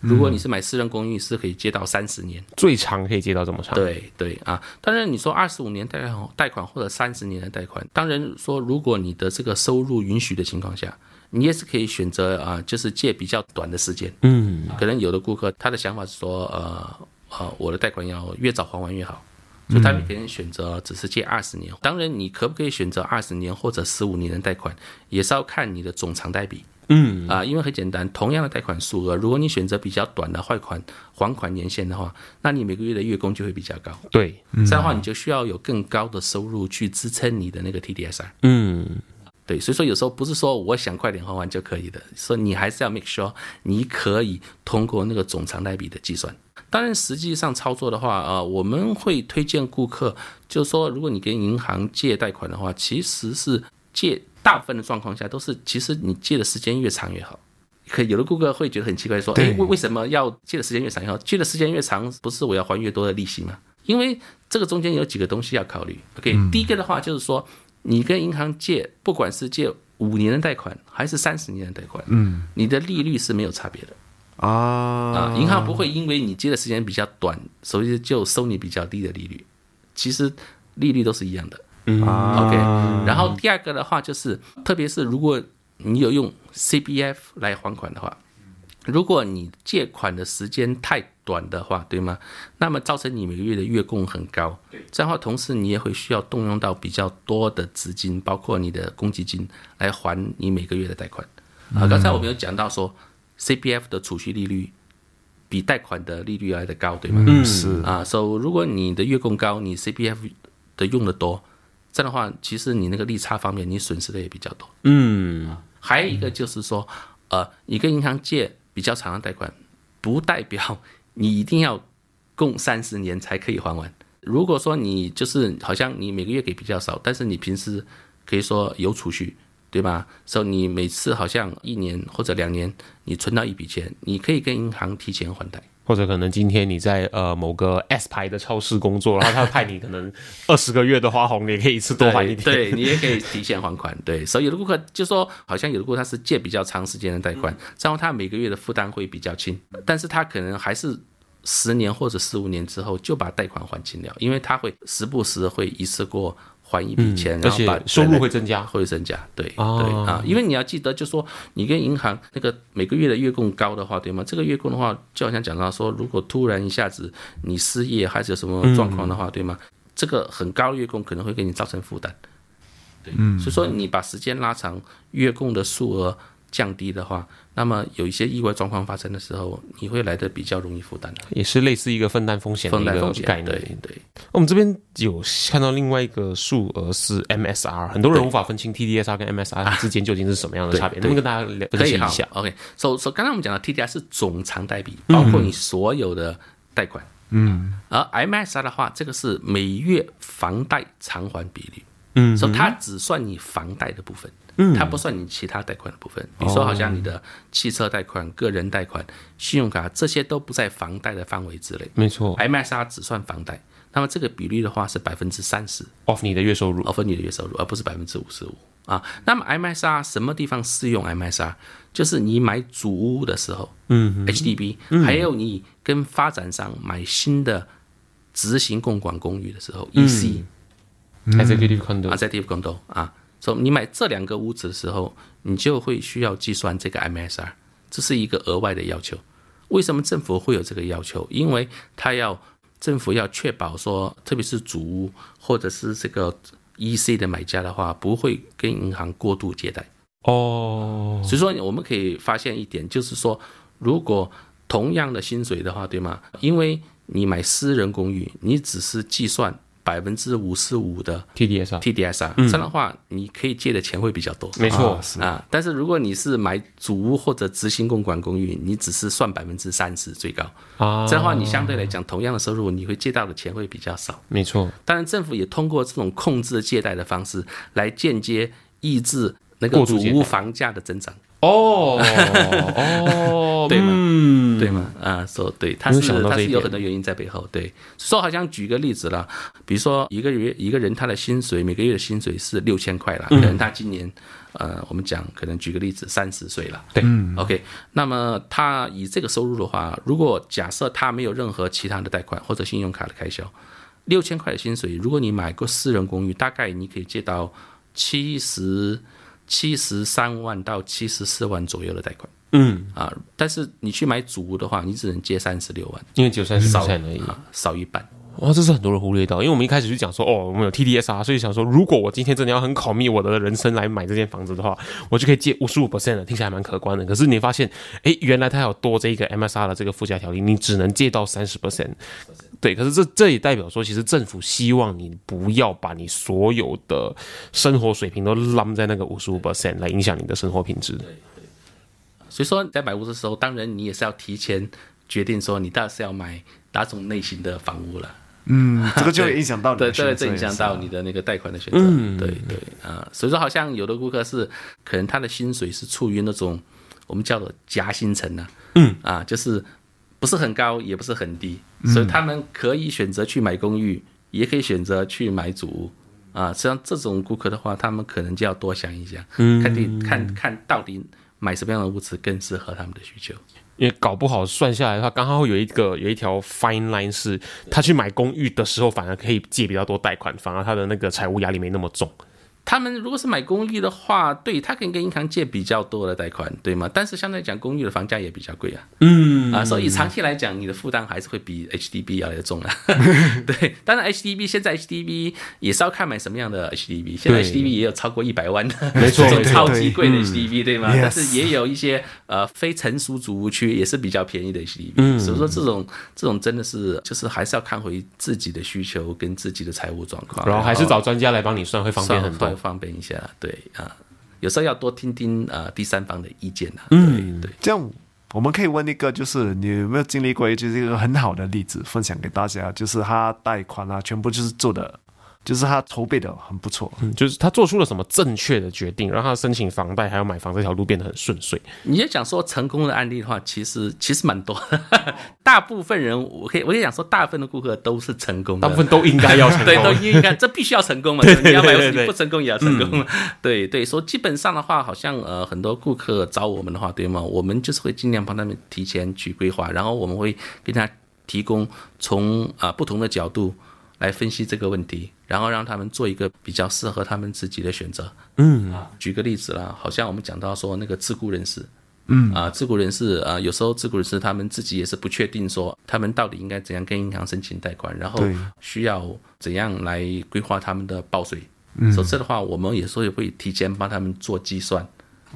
如果你是买私人公寓，是可以借到三十年。最长可以借到这么长？，对对啊，当然你说二十五年贷款贷款或者三十年的贷款，当然说如果你的这个收入允许的情况下，你也是可以选择啊、就是借比较短的时间。嗯，可能有的顾客他的想法是说，呃呃，我的贷款要越早还完越好。所以他们可以选择只是借二十年，当然你可不可以选择二十年或者十五年的贷款，也是要看你的总偿贷比。嗯啊，因为很简单，同样的贷款数额，如果你选择比较短的还款还款年限的话，那你每个月的月供就会比较高。对，这样的话，你就需要有更高的收入去支撑你的那个 TDSI。嗯，对，所以说有时候不是说我想快点还完就可以的，所以你还是要 make sure 你可以通过那个总偿贷比的计算。当然，实际上操作的话，啊，我们会推荐顾客，就是说，如果你跟银行借贷款的话，其实是借大部分的状况下都是，其实你借的时间越长越好。可有的顾客会觉得很奇怪，说：“对哎，为为什么要借的时间越长越好？借的时间越长，不是我要还越多的利息吗？”因为这个中间有几个东西要考虑。OK，、第一个的话就是说，你跟银行借，不管是借五年的贷款还是三十年的贷款，嗯，你的利率是没有差别的。啊啊，银行不会因为你借的时间比较短，所以就收你比较低的利率。其实利率都是一样的。OK，然啊后第二个的话就是，特别是如果你有用 CPF 来还款的话，如果你借款的时间太短的话，对吗？那么造成你每个月的月供很高。这样的话，同时你也会需要动用到比较多的资金，包括你的公积金来还你每个月的贷款。啊，刚才我们有讲到说，CPF 的储蓄利率比贷款的利率来的高，对吗？嗯是啊，so 如果你的月供高，你 CPF 的用的多，这样的话，其实你那个利差方面你损失的也比较多。啊嗯，还有一个就是说，呃，你跟银行借比较长的贷款，不代表你一定要供三十年才可以还完。如果说你就是好像你每个月给比较少，但是你平时可以说有储蓄，对吧？所、以你每次好像一年或者两年，你存到一笔钱，你可以跟银行提前还贷。或者可能今天你在呃某个 S 牌的超市工作，然后他派你可能二十个月的花红，你也可以一次多还一点。对对你也可以提前还款。对，所以有的顾客就说，好像有的顾客他是借比较长时间的贷嗯款，这样他每个月的负担会比较轻，但是他可能还是十年或者十五年之后就把贷款还清了，因为他会时不时会一次过。还一笔钱，嗯然后而且把收入会增加会增加，对，哦对啊，因为你要记得，就说你跟银行那个每个月的月供高的话，对吗？这个月供的话，就好像讲到说，如果突然一下子你失业还是有什么状况的话，对吗？嗯这个很高的月供可能会给你造成负担，对，嗯所以说你把时间拉长，月供的数额降低的话，那么有一些意外状况发生的时候，你会来的比较容易负担的，也是类似一个分担风险的放一贷个风险概，念。对对。我们这边有看到另外一个数额是 MSR，很多人对无法分清 TDSR 跟 MSR 之间究竟是什么样的对差别，对能不能跟大家了可分析以一哈下？ OK，所所刚才我们讲的 TDI 是总偿贷比，包括你所有的贷款。嗯，而 MSR 的话，这个是每月房贷偿还比率。嗯，所以它只算你房贷的部分，嗯，它不算你其他贷款的部分。比如说，好像你的汽车贷款、个人贷款、信用卡这些都不在房贷的范围之内。没错 MSR 只算房贷，那么这个比率的话是百分之三十。 ，off 你的月收入而分你的月收入，而不是百分之五十五啊。那么 MSR 什么地方适用 MSR？就是你买主屋的时候，嗯，HDB，还有你跟发展商买新的执行共管公寓的时候，EC E ，executive condo 啊，在 d 公 v 啊，所以你买这两个屋子的时候，你就会需要计算这个 MSR，这是一个额外的要求。为什么政府会有这个要求？因为它要政府要确保说，特别是主屋或者是这个 EC 的买家的话，不会跟银行过度借贷。哦，所以说，我们可以发现一点，就是说，如果同样的薪水的话，对吗？因为你买私人公寓，你只是计算百分之五十五的 TDSR TDSR，、这啊样的话你可以借的钱会比较多。嗯没错啊，是啊，但是如果你是买主屋或者执行共管公寓，你只是算百分之三十最高，啊这样的话你相对来讲同样的收入，你会借到的钱会比较少。没错，当然，政府也通过这种控制借贷的方式来间接抑制那个过度主借贷屋房价的增长， 哦哦，对吗嗯，对吗？啊，说、对，它没有是想到它这一是有点很多原因在背后。对，说好像举个例子啦，比如说一个月一个人他的薪水每个月的薪水是六千块啦，嗯可能他今年呃，我们讲可能举个例子，三十岁了，对， OK，那么他以这个收入的话，如果假设他没有任何其他的贷款或者信用卡的开销，六千块的薪水，如果你买个私人公寓，大概你可以借到七十七十三万到七十四万左右的贷款嗯，啊。但是你去买主屋的话，你只能借三十六万，因为只有三十 p 少而已。啊，少一半。哇，这是很多人忽略到，因为我们一开始就讲说，哦，我们有 TDSR，所以想说，如果我今天真的要很考密我的人生来买这间房子的话，我就可以借五十五 percent 的，听起来还蛮可观的。可是你发现，哎，原来它还有多这一个 MSR 的这个附加条例，你只能借到三十 percent。对，可是这这也代表说，其实政府希望你不要把你所有的生活水平都浪在那个五十五 percent 来影响你的生活品质。所以说，在买屋的时候，当然你也是要提前决定说你到底是要买哪种类型的房屋了。嗯，这个就会影响到你对的对，选这择，啊影响到你的那个贷款的选择。嗯对对啊、所以说好像有的顾客是可能他的薪水是处于那种我们叫做夹心层呢、嗯啊，就是不是很高，也不是很低，嗯所以他们可以选择去买公寓，也可以选择去买主屋。啊，像这种顾客的话，他们可能就要多想一想，嗯看定看看到底买什么样的物质更适合他们的需求。因为搞不好算下来的话，刚好会有一个有一条 fine line 是，他去买公寓的时候反而可以借比较多贷款，反而他的那个财务压力没那么重。他们如果是买公寓的话，对他可以跟银行借比较多的贷款，对吗？但是相对来讲，公寓的房价也比较贵啊，嗯啊，所以长期来讲，你的负担还是会比 HDB 要来的重啊。 对，当然 HDB 现在 HDB 也是要看买什么样的 HDB，现在对 HDB 也有超过一百万的，没错嗯这种没错超级贵的 HDB，对吗？ Yes 但是也有一些呃非成熟主屋区也是比较便宜的 HDB，嗯，所以说这种这种真的是就是还是要看回自己的需求跟自己的财务状况，然后还是后找专家来帮你算，会方便算很多会。方便一下，对啊、有时候要多听听呃第三方的意见啊，嗯，对，这样我们可以问一个，就是你有没有经历过，就是一个很好的例子分享给大家，就是他贷款啊，全部就是做的，就是他筹备的很不错。嗯就是他做出了什么正确的决定，让他申请房贷还有买房这条路变得很顺遂。你要讲说成功的案例的话，其实其实蛮多的， 大部分人我可以我可以讲说，大部分的顾客都是成功的，大部分都应该要 成对，都功。哦应该，这必须要成功嘛，对不对？你要买对游对戏对不成功也要成功， 对对。所以基本上的话，好像呃很多顾客找我们的话，对吗？我们就是会尽量帮他们提前去规划，然后我们会跟他提供从啊、呃不同的角度来分析这个问题，然后让他们做一个比较适合他们自己的选择。嗯啊，举个例子啦，好像我们讲到说那个自雇人士，啊，自雇人士啊，有时候自雇人士他们自己也是不确定说他们到底应该怎样跟银行申请贷款，然后对需要怎样来规划他们的报税。所以这的话，我们有时候也会提前帮他们做计算，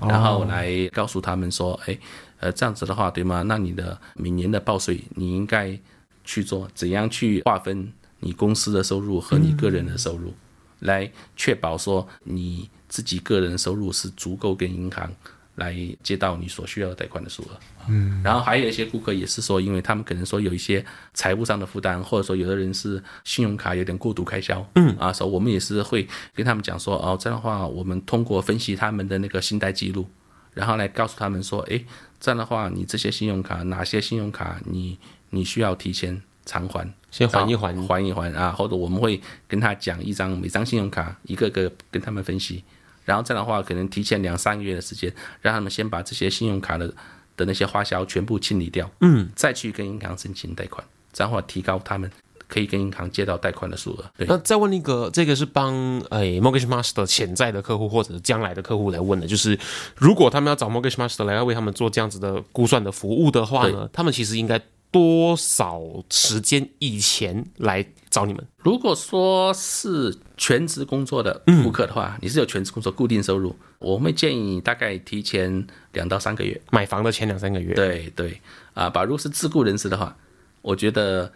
然后来告诉他们说，哎，呃，这样子的话，对吗？那你的每年的报税，你应该去做怎样去划分你公司的收入和你个人的收入，来确保说你自己个人的收入是足够跟银行来借到你所需要的贷款的数额。嗯，然后还有一些顾客也是说，因为他们可能说有一些财务上的负担，或者说有的人是信用卡有点过度开销，嗯啊，所以我们也是会跟他们讲说，哦，这样的话，我们通过分析他们的那个信贷记录，然后来告诉他们说，诶，这样的话，你这些信用卡哪些信用卡你你需要提前偿还，先缓一然缓后，还一还啊，或者我们会跟他讲一张每张信用卡一个个跟他们分析，然后这样的话，可能提前两三个月的时间，让他们先把这些信用卡的的那些花销全部清理掉，嗯，再去跟银行申请贷款，这样的话提高他们可以跟银行借到贷款的数额。对，那再问一个，这个是帮诶、mortgage master 潜在的客户或者将来的客户来问的，就是如果他们要找 mortgage master 来为他们做这样子的估算的服务的话呢，他们其实应该多少时间以前来找你们？如果说是全职工作的顾客的话，你是有全职工作固定收入，我们会建议你大概提前两到三个月。买房的前两三个月，对对，啊，把如果是自雇人士的话，我觉得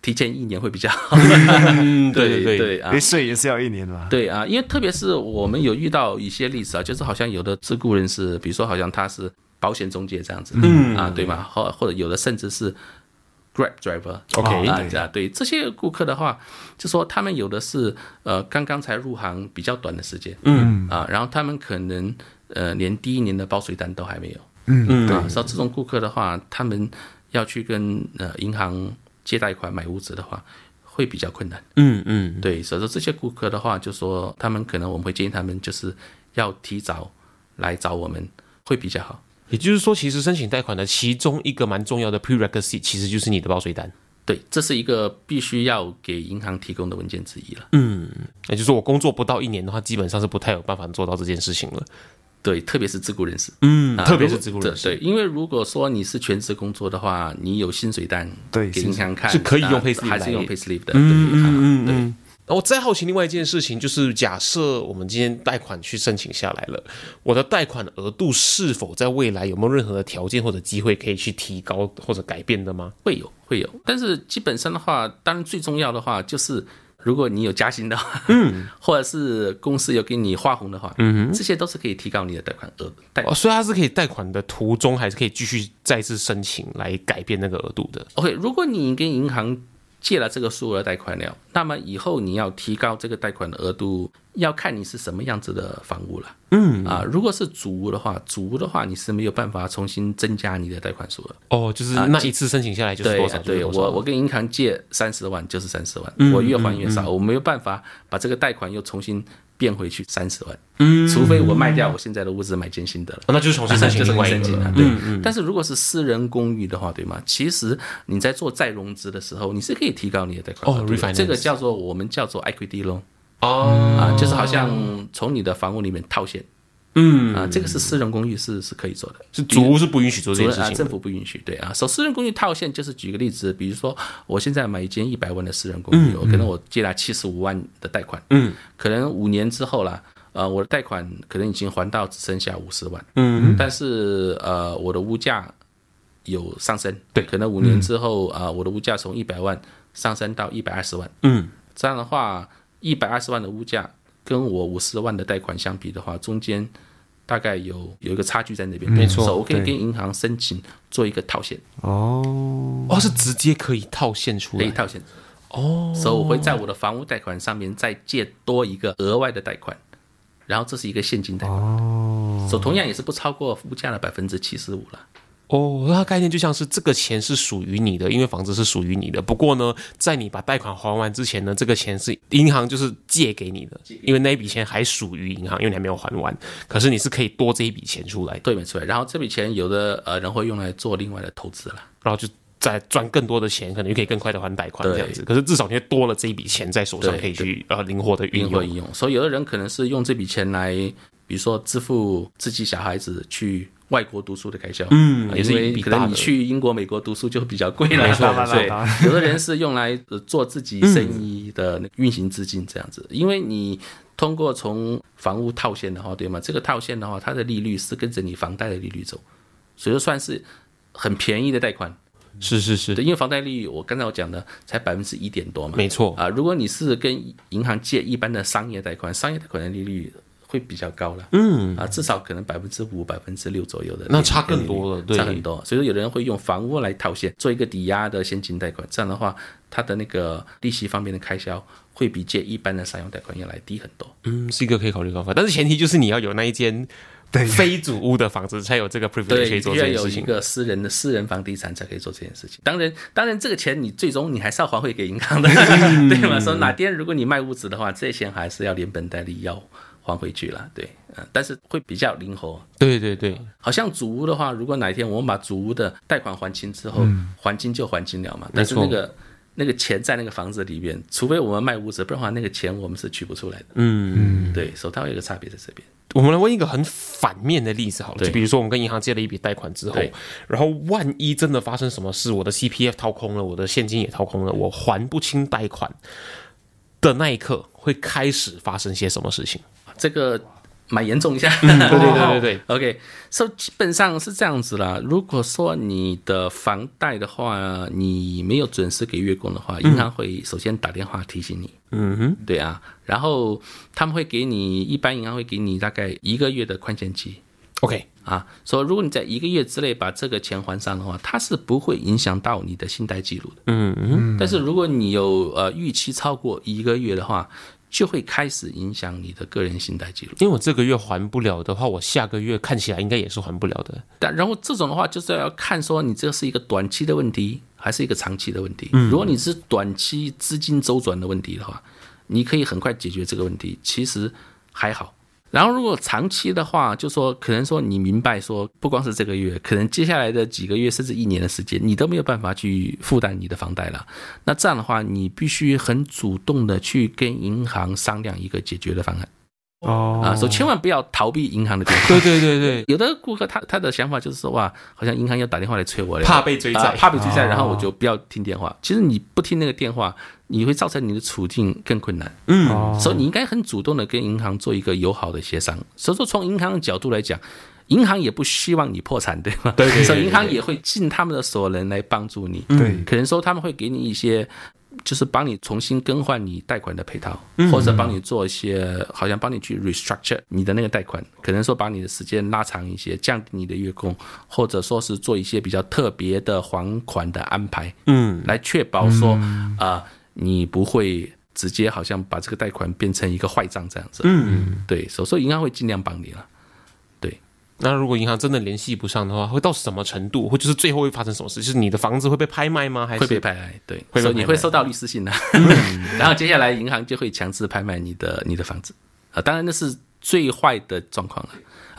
提前一年会比较好。嗯，对对对啊诶，，税也是要一年嘛。对啊，因为特别是我们有遇到一些例子啊，就是好像有的自雇人士，比如说好像他是保险中介这样子，嗯啊，对吗？或或者有的甚至是 Grab driver。 OK 啊啊，对这些顾客的话，就说他们有的是呃刚刚才入行比较短的时间，嗯啊，然后他们可能呃连第一年的报税单都还没有，嗯啊，像这种顾客的话，他们要去跟呃银行借贷款买屋子的话，会比较困难，嗯嗯，对，所以说这些顾客的话，就说他们可能我们会建议他们就是要提早来找我们会比较好。也就是说，其实申请贷款的其中一个蛮重要的 prerequisite 其实就是你的报税单。对，这是一个必须要给银行提供的文件之一了。嗯也就是说我工作不到一年的话，基本上是不太有办法做到这件事情了。对，特别是自雇人士，嗯啊特别是如果自雇人士对，对因为如果说你是全职工作的话，你有薪水单对给薪银水行看是可以用啊 payslip 还是用来 payslip 的，嗯嗯对。那我再好奇另外一件事情，就是假设我们今天贷款去申请下来了，我的贷款额度是否在未来有没有任何的条件或者机会可以去提高或者改变的吗？会有会有，但是基本上的话，当然最重要的话就是，如果你有加薪的话，嗯， 或者是公司有给你花红的话，嗯，这些都是可以提高你的贷款额贷哦，所以它是可以贷款的途中还是可以继续再次申请来改变那个额度的。 OK，如果你跟银行借了这个数额贷款了，那么以后你要提高这个贷款的额度，要看你是什么样子的房屋了。嗯啊，如果是主屋的话，主屋的话你是没有办法重新增加你的贷款数额。哦，就是那一次申请下来就是对多啊少？对就是多我少我跟银行借三十万就是三十万，嗯我越还越少，我没有办法把这个贷款又重新变回去三十万，嗯，除非我卖掉我现在的屋子买间新的了。哦那 就是重新申请就是另你外一申请个啊，对。但是如果是私人公寓的话，对吗？其实你在做再融资的时候，你是可以提高你的贷款额度的哦，refinance 这个叫做我们叫做 equity loan 哦，啊，就是好像从你的房屋里面套现，嗯啊，这个是私人公寓是是可以做的，是主屋是不允许做这主任件事啊，情政的。府不允许，对啊。首私人公寓套现就是举个例子，比如说我现在买一间一百万的私人公嗯寓，我可能我借了七十五万的贷款，嗯，可能五年之后啦，呃，我的贷款可能已经还到只剩下五十万，嗯，但是呃，我的物价有上升，对嗯可能五年之后啊、呃我的物价从一百万上升到一百二十万，嗯，这样的话，一百二十万的物价跟我五十万的贷款相比的话，中间大概有有一个差距在那边，没错我可以跟银行申请做一个套现，哦，哦，是直接可以套现出可以来。套现。哦，所以我会在我的房屋贷款上面再借多一个额外的贷款，然后这是一个现金贷款，哦，所以同样也是不超过物价的百分之七十五了。哦，那概念就像是这个钱是属于你的，因为房子是属于你的。不过呢，在你把贷款还完之前呢，这个钱是银行就是借给你的，因为那一笔钱还属于银行，因为你还没有还完。可是你是可以多这一笔钱出来的，对，没错。然后这笔钱有的呃人会用来做另外的投资了。然后就再赚更多的钱，可能就可以更快的还贷款对这样子。可是至少你会多了这一笔钱在手上，对可以去呃灵活的运灵活用。应用。所以有的人可能是用这笔钱来，比如说支付自己小孩子去外国读书的开销，嗯也是因为一笔可大的能你去英国、美国读书就比较贵了，没错 对没错当然对，有的人是用来呃做自己生意的那个运行资金这样子，因为你。通过从房屋套现的话，对吗？这个套现的话，它的利率是跟着你房贷的利率走，所以说算是很便宜的贷款。是是是，对，因为房贷利率我刚才我讲的才百分之一点多嘛，没错啊、如果你是跟银行借一般的商业贷款，商业贷款的利率会比较高了，嗯，啊、至少可能百分之五、百分之六左右的利率，那差更多了对差很多。所以说有的人会用房屋来套现，做一个抵押的现金贷款，这样的话，它的那个利息方面的开销会比借一般的商用贷款要来低很多。嗯，是一个可以考虑的方法，但是前提就是你要有那一间对非主屋的房子，才有 这个 privilege 可对，以做必这要有件事一情。个私人的私人房地产才可以做这件事情。当然，当然这个钱你最终你还是要还回给银 行的，对吗？嗯说哪天如果你卖屋子的话，这些钱还是要连本带利要还回去了，对，嗯，但是会比较灵活。对对对，好像主屋的话，如果哪一天我们把主屋的贷款还清之后，还清就还清了嘛。但是嗯没那错个那个钱在那个房子里边，除非我们卖屋子，不然的话那个钱我们是取不出来的。嗯，对，所以它会有一个差别在这边。我们来问一个很反面的例子好了，对就比如说我们跟银行借了一笔贷款之后对，然后万一真的发生什么事，我的 CPF 掏空了，我的现金也掏空了，我还不清贷款的那一刻，会开始发生些什么事情？这个蛮严重一下。对对对对对， OK，so, 基本上是这样子啦。如果说你的房贷的话，你没有准时给月供的话，银行会首先打电话提醒你。嗯哼，对啊，然后他们会给你，一般银行会给你大概一个月的宽限期。 OK，啊，说如果你在一个月之内把这个钱还上的话，它是不会影响到你的信贷记录的。嗯嗯。但是如果你有呃逾期超过一个月的话，就会开始影响你的个人信贷记录。因为我这个月还不了的话，我下个月看起来应该也是还不了的。但然后这种的话，就是要看说你这是一个短期的问题，还是一个长期的问题。如果你是短期资金周转的问题的话，你可以很快解决这个问题，其实还好。然后如果长期的话，就说可能说你明白说，不光是这个月，可能接下来的几个月甚至一年的时间，你都没有办法去负担你的房贷了。那这样的话，你必须很主动的去跟银行商量一个解决的方案哦啊，所以千万不要逃避银行的电话。对对对对，有的顾客他他的想法就是说哇，好像银行要打电话来催我了， 怕被追债啊怕被追债，哦然后我就不要听电话。其实你不听那个电话，你会造成你的处境更困难。哦所以你应该很主动的跟银行做一个友好的协商。所以说，从银行的角度来讲，银行也不希望你破产，对吗？对对对对所以银行也会尽他们的所能来帮助你。对可能说他们会给你一些就是帮你重新更换你贷款的配套，或者帮你做一些，好像帮你去 restructure 你的那个贷款，可能说把你的时间拉长一些，降低你的月供，或者说是做一些比较特别的还款的安排，嗯，来确保说啊、呃你不会直接好像把这个贷款变成一个坏账这样子，嗯，对，所所以银行会尽量帮你了，对，那如果银行真的联系不上的话，会到什么程度？或就是最后会发生什么事？就是你的房子会被拍卖吗？还是会被拍卖，对，会被嗯所以你拍会卖收到律师信的， 然后接下来银行就会强制拍卖你的你的房子啊，当然那是最坏的状况了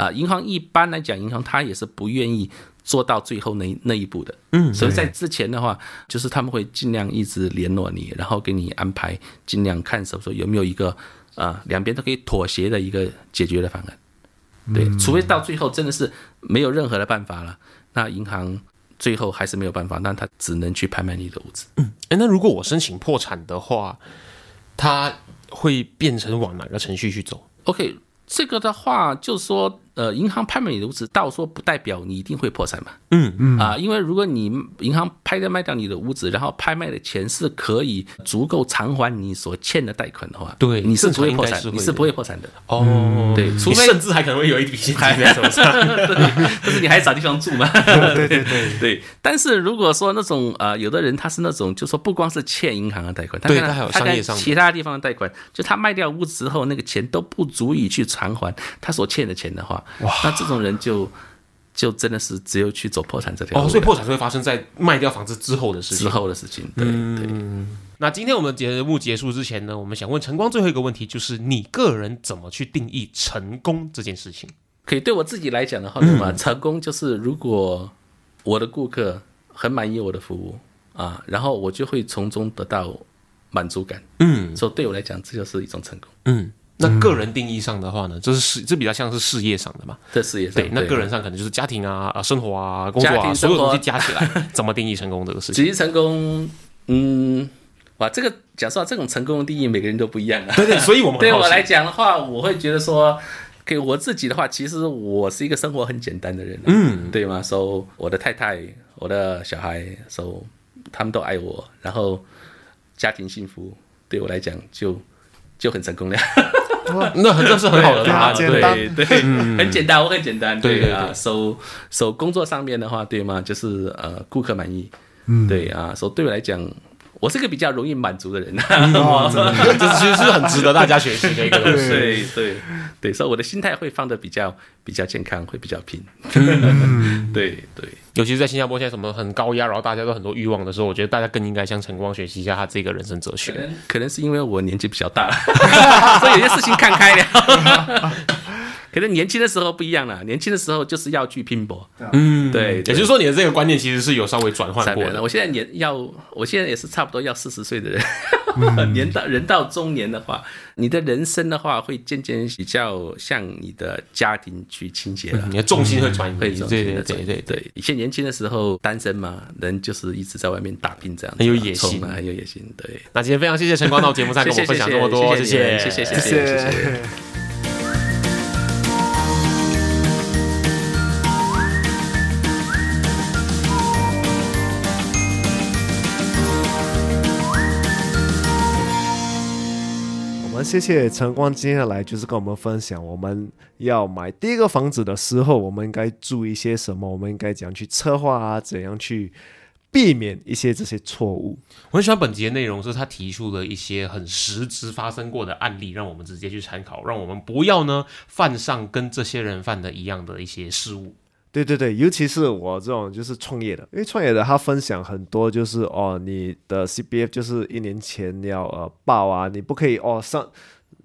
啊。银行一般来讲，银行它也是不愿意做到最后那一那一步的，嗯，所以在之前的话，就是他们会尽量一直联络你，然后给你安排，尽量看什么时候有没有一个呃两边都可以妥协的一个解决的方案。对，嗯除非到最后真的是没有任何的办法了，那银行最后还是没有办法，那他只能去拍卖你的屋子。哎，那如果我申请破产的话，它会变成往哪个程序去走？ OK，这个的话就是说，呃，银行拍卖你的屋子，到说不代表你一定会破产嘛。嗯嗯啊、因为如果你银行拍的卖掉你的屋子，然后拍卖的钱是可以足够偿还你所欠的贷款的话，对你是不会破正常应该产是，会你的是不会破产的。哦，对，除你非甚至还可能会有一笔现金还在手上。对， 但是你还找地方住 嘛？对对 对，对，但是如果说那种呃，有的人他是那种，就说不光是欠银行的贷款，对他他还有商业上的其他地方的贷款，就他卖掉屋子之后，那个钱都不足以去偿还他所欠的钱的话，那这种人就就真的是只有去走破产这条路 哦，了、所以破产是会发生在卖掉房子之后的事之情。后的事情，对、嗯对。那今天我们节目结束之前呢，我们想问晨光最后一个问题，就是你个人怎么去定义成功这件事情？可以对我自己来讲的话，嗯对吗？成功就是如果我的顾客很满意我的服务啊，然后我就会从中得到满足感，嗯所以对我来讲，这就是一种成功。嗯，那个人定义上的话呢，这是事，这比较像是事业上的嘛。这事业上，对，那个人上可能就是家庭啊、啊生活啊、工作家啊，庭所生有活东西加起来， 怎么定义成功这个事情？职业成功，嗯，哇，这个讲实话，这种成功的定义每个人都不一样啊。对对，所以我们对很好我奇来讲的话，我会觉得说，给我自己的话，其实我是一个生活很简单的人、嗯，对吗？so, 我的太太，我的小孩，so 他们都爱我，然后家庭幸福，对我来讲就就很成功 了。那很这是很好的答案，对啊简单对对，很简单，我很简单，对对啊，对手手工作上面的话，对吗？就是呃，顾客满意，嗯，对啊，所以对我来讲，我是个比较容易满足的人，啊嗯 哦我这这其实是很值得大家学习的一个 东西。对对对，所以我的心态会放的比较比较健康，会比较平， 对对，尤其是在新加坡现在什么很高压，然后大家都很多欲望的时候，我觉得大家更应该向晨光学习一下他这个人生哲可学。能可能是因为我年纪比较大 了，所以有些事情看开了。可能年轻的时候不一样了，年轻的时候就是要去拼搏，嗯，对，也也就是说，你的这个观念其实是有稍微转换三过年了，的。我现在年要，我现在也是差不多要四十岁的人， 年到人到中年的话，你的人生的话会渐渐比较向你的家庭去倾斜了。你的重心会转移，会对这种对情对况对对对。对，以前年轻的时候单身嘛，人就是一直在外面打拼这样子啊，很有野心冲啊，很有野心。对，啊那今天非常谢谢晨光到节目上跟我谢们谢分享这么多，谢谢，谢谢谢谢谢谢谢谢。谢。我们谢谢晨光，接下来就是跟我们分享我们要买第一个房子的时候，我们应该注意些什么，我们应该怎样去策划啊，怎样去避免一些这些错误。我很喜欢本集的内容，是他提出了一些很实质发生过的案例，让我们直接去参考，让我们不要呢犯上跟这些人犯的一样的一些失误。对对对，尤其是我这种就是创业的，因为创业的他分享很多就是哦，你的 CPF 就是一年前要呃报啊，你不可以哦上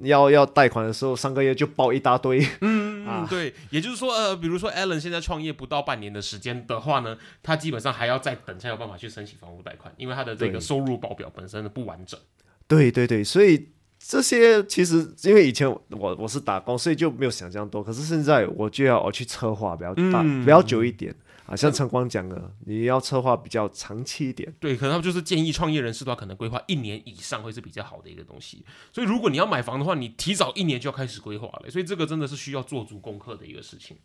要要贷款的时候上个月就报一大堆，嗯， 对，也就是说，呃，比如说 Alan 现在创业不到半年的时间的话呢，他基本上还要再等才有办法去申请房屋贷款，因为他的这个对收入报表本身的不完整。对对对，所以这些其实因为以前我我我是打工，所以就没有想这样多。可是现在我就要我去策划比较大、比较久一点啊，像晨光讲的，你要策划比较长期一点。对，可能他们就是建议创业人士的话，可能规划一年以上会是比较好的一个东西。所以如果你要买房的话，你提早一年就要开始规划了，所以这个真的是需要做足功课的一个事情。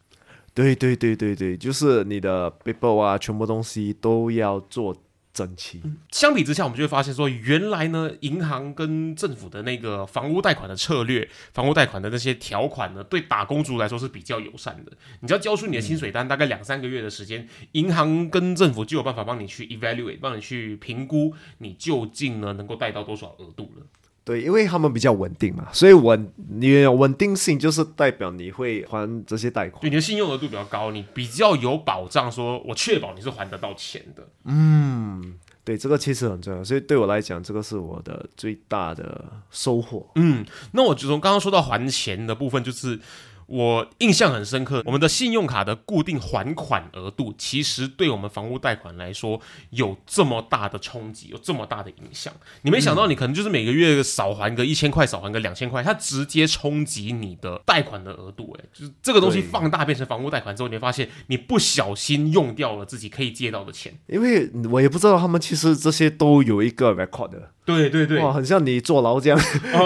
对对对对对，就是你的 people 啊，全部东西都要做整齐。相比之下，我们就会发现说，原来呢，银行跟政府的那个房屋贷款的策略、房屋贷款的那些条款呢，对打工族来说是比较友善的。你只要交出你的薪水单，大概两三个月的时间，银行跟政府就有办法帮你去 evaluate，帮你去评估你究竟呢能够贷到多少额度了。对，因为他们比较稳定嘛，所以稳你有稳定性就是代表你会还这些贷对，款。你的信用额度比较高，你比较有保障，说我确保你是还得到钱的。对，这个其实很重要，所以对我来讲，这个是我的最大的收获。嗯，那我就从刚刚说到还钱的部分，就是我印象很深刻，我们的信用卡的固定还款额度，其实对我们房屋贷款来说有这么大的冲击，有这么大的影响。你没想到，你可能就是每个月少还个一千块，少还个两千块，它直接冲击你的贷款的额度、欸。就是这个东西对放大变成房屋贷款之后，你会发现你不小心用掉了自己可以借到的钱。因为我也不知道他们其实这些都有一个 record 的，对对对，哦哇，很像你坐牢这样，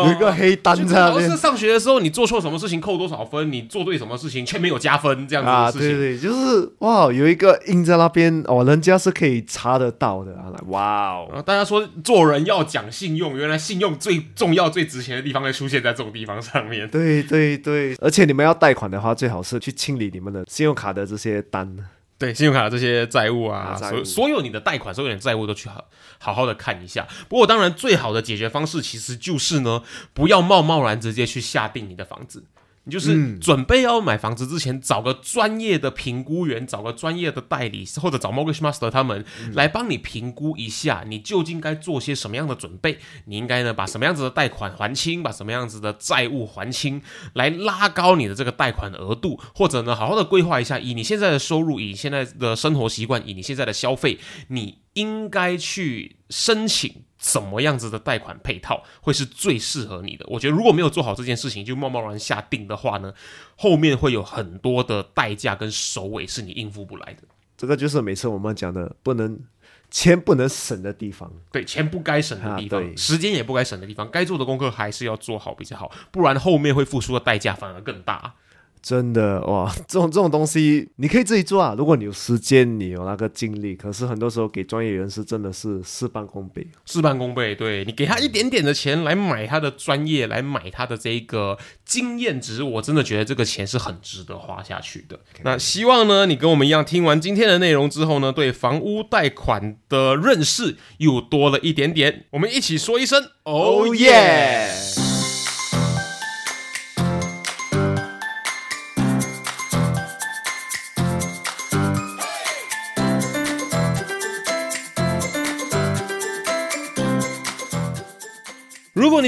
有一个黑单就在那主要边是上学的时候，你做错什么事情扣多少分，你做对什么事情却没有加分，这样子啊，的事对情。对，就是哇，有一个印在那边哦，人家是可以查得到的啊，哇然哦，后呃大家说做人要讲信用，原来信用最重要、最值钱的地方会出现在这种地方上面。 对对对，而且你们要贷款的话，最好是去清理你们的信用卡的这些单，对，信用卡的这些债务啊，啊债务所所有你的贷款、所有你的债务都去好好好的看一下。不过，当然最好的解决方式其实就是呢，不要贸贸然直接去下定你的房子。你就是准备要买房子之前，找个专业的评估员，找个专业的代理，或者找 mortgage master 他们来帮你评估一下，你究竟该做些什么样的准备？你应该呢把什么样子的贷款还清，把什么样子的债务还清，来拉高你的这个贷款额度，或者呢好好的规划一下，以你现在的收入，以你现在的生活习惯，以你现在的消费，你应该去申请怎么样子的贷款配套会是最适合你的。我觉得如果没有做好这件事情就贸贸然下定的话呢，后面会有很多的代价跟首尾是你应付不来的。这个就是每次我们讲的不能钱不能省的地方，对，钱不该省的地方，啊对时间也不该省的地方，该做的功课还是要做好比较好，不然后面会付出的代价反而更大。真的哇，这种这种东西你可以自己做啊，如果你有时间，你有那个精力，可是很多时候给专业人士真的是事半功倍。事半功倍。对你给他一点点的钱来买他的专业，来买他的这一个经验值，我真的觉得这个钱是很值得花下去的。那希望呢，你跟我们一样，听完今天的内容之后呢，对房屋贷款的认识又多了一点点。我们一起说一声 Oh ，Oh yeah！如果你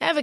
Ever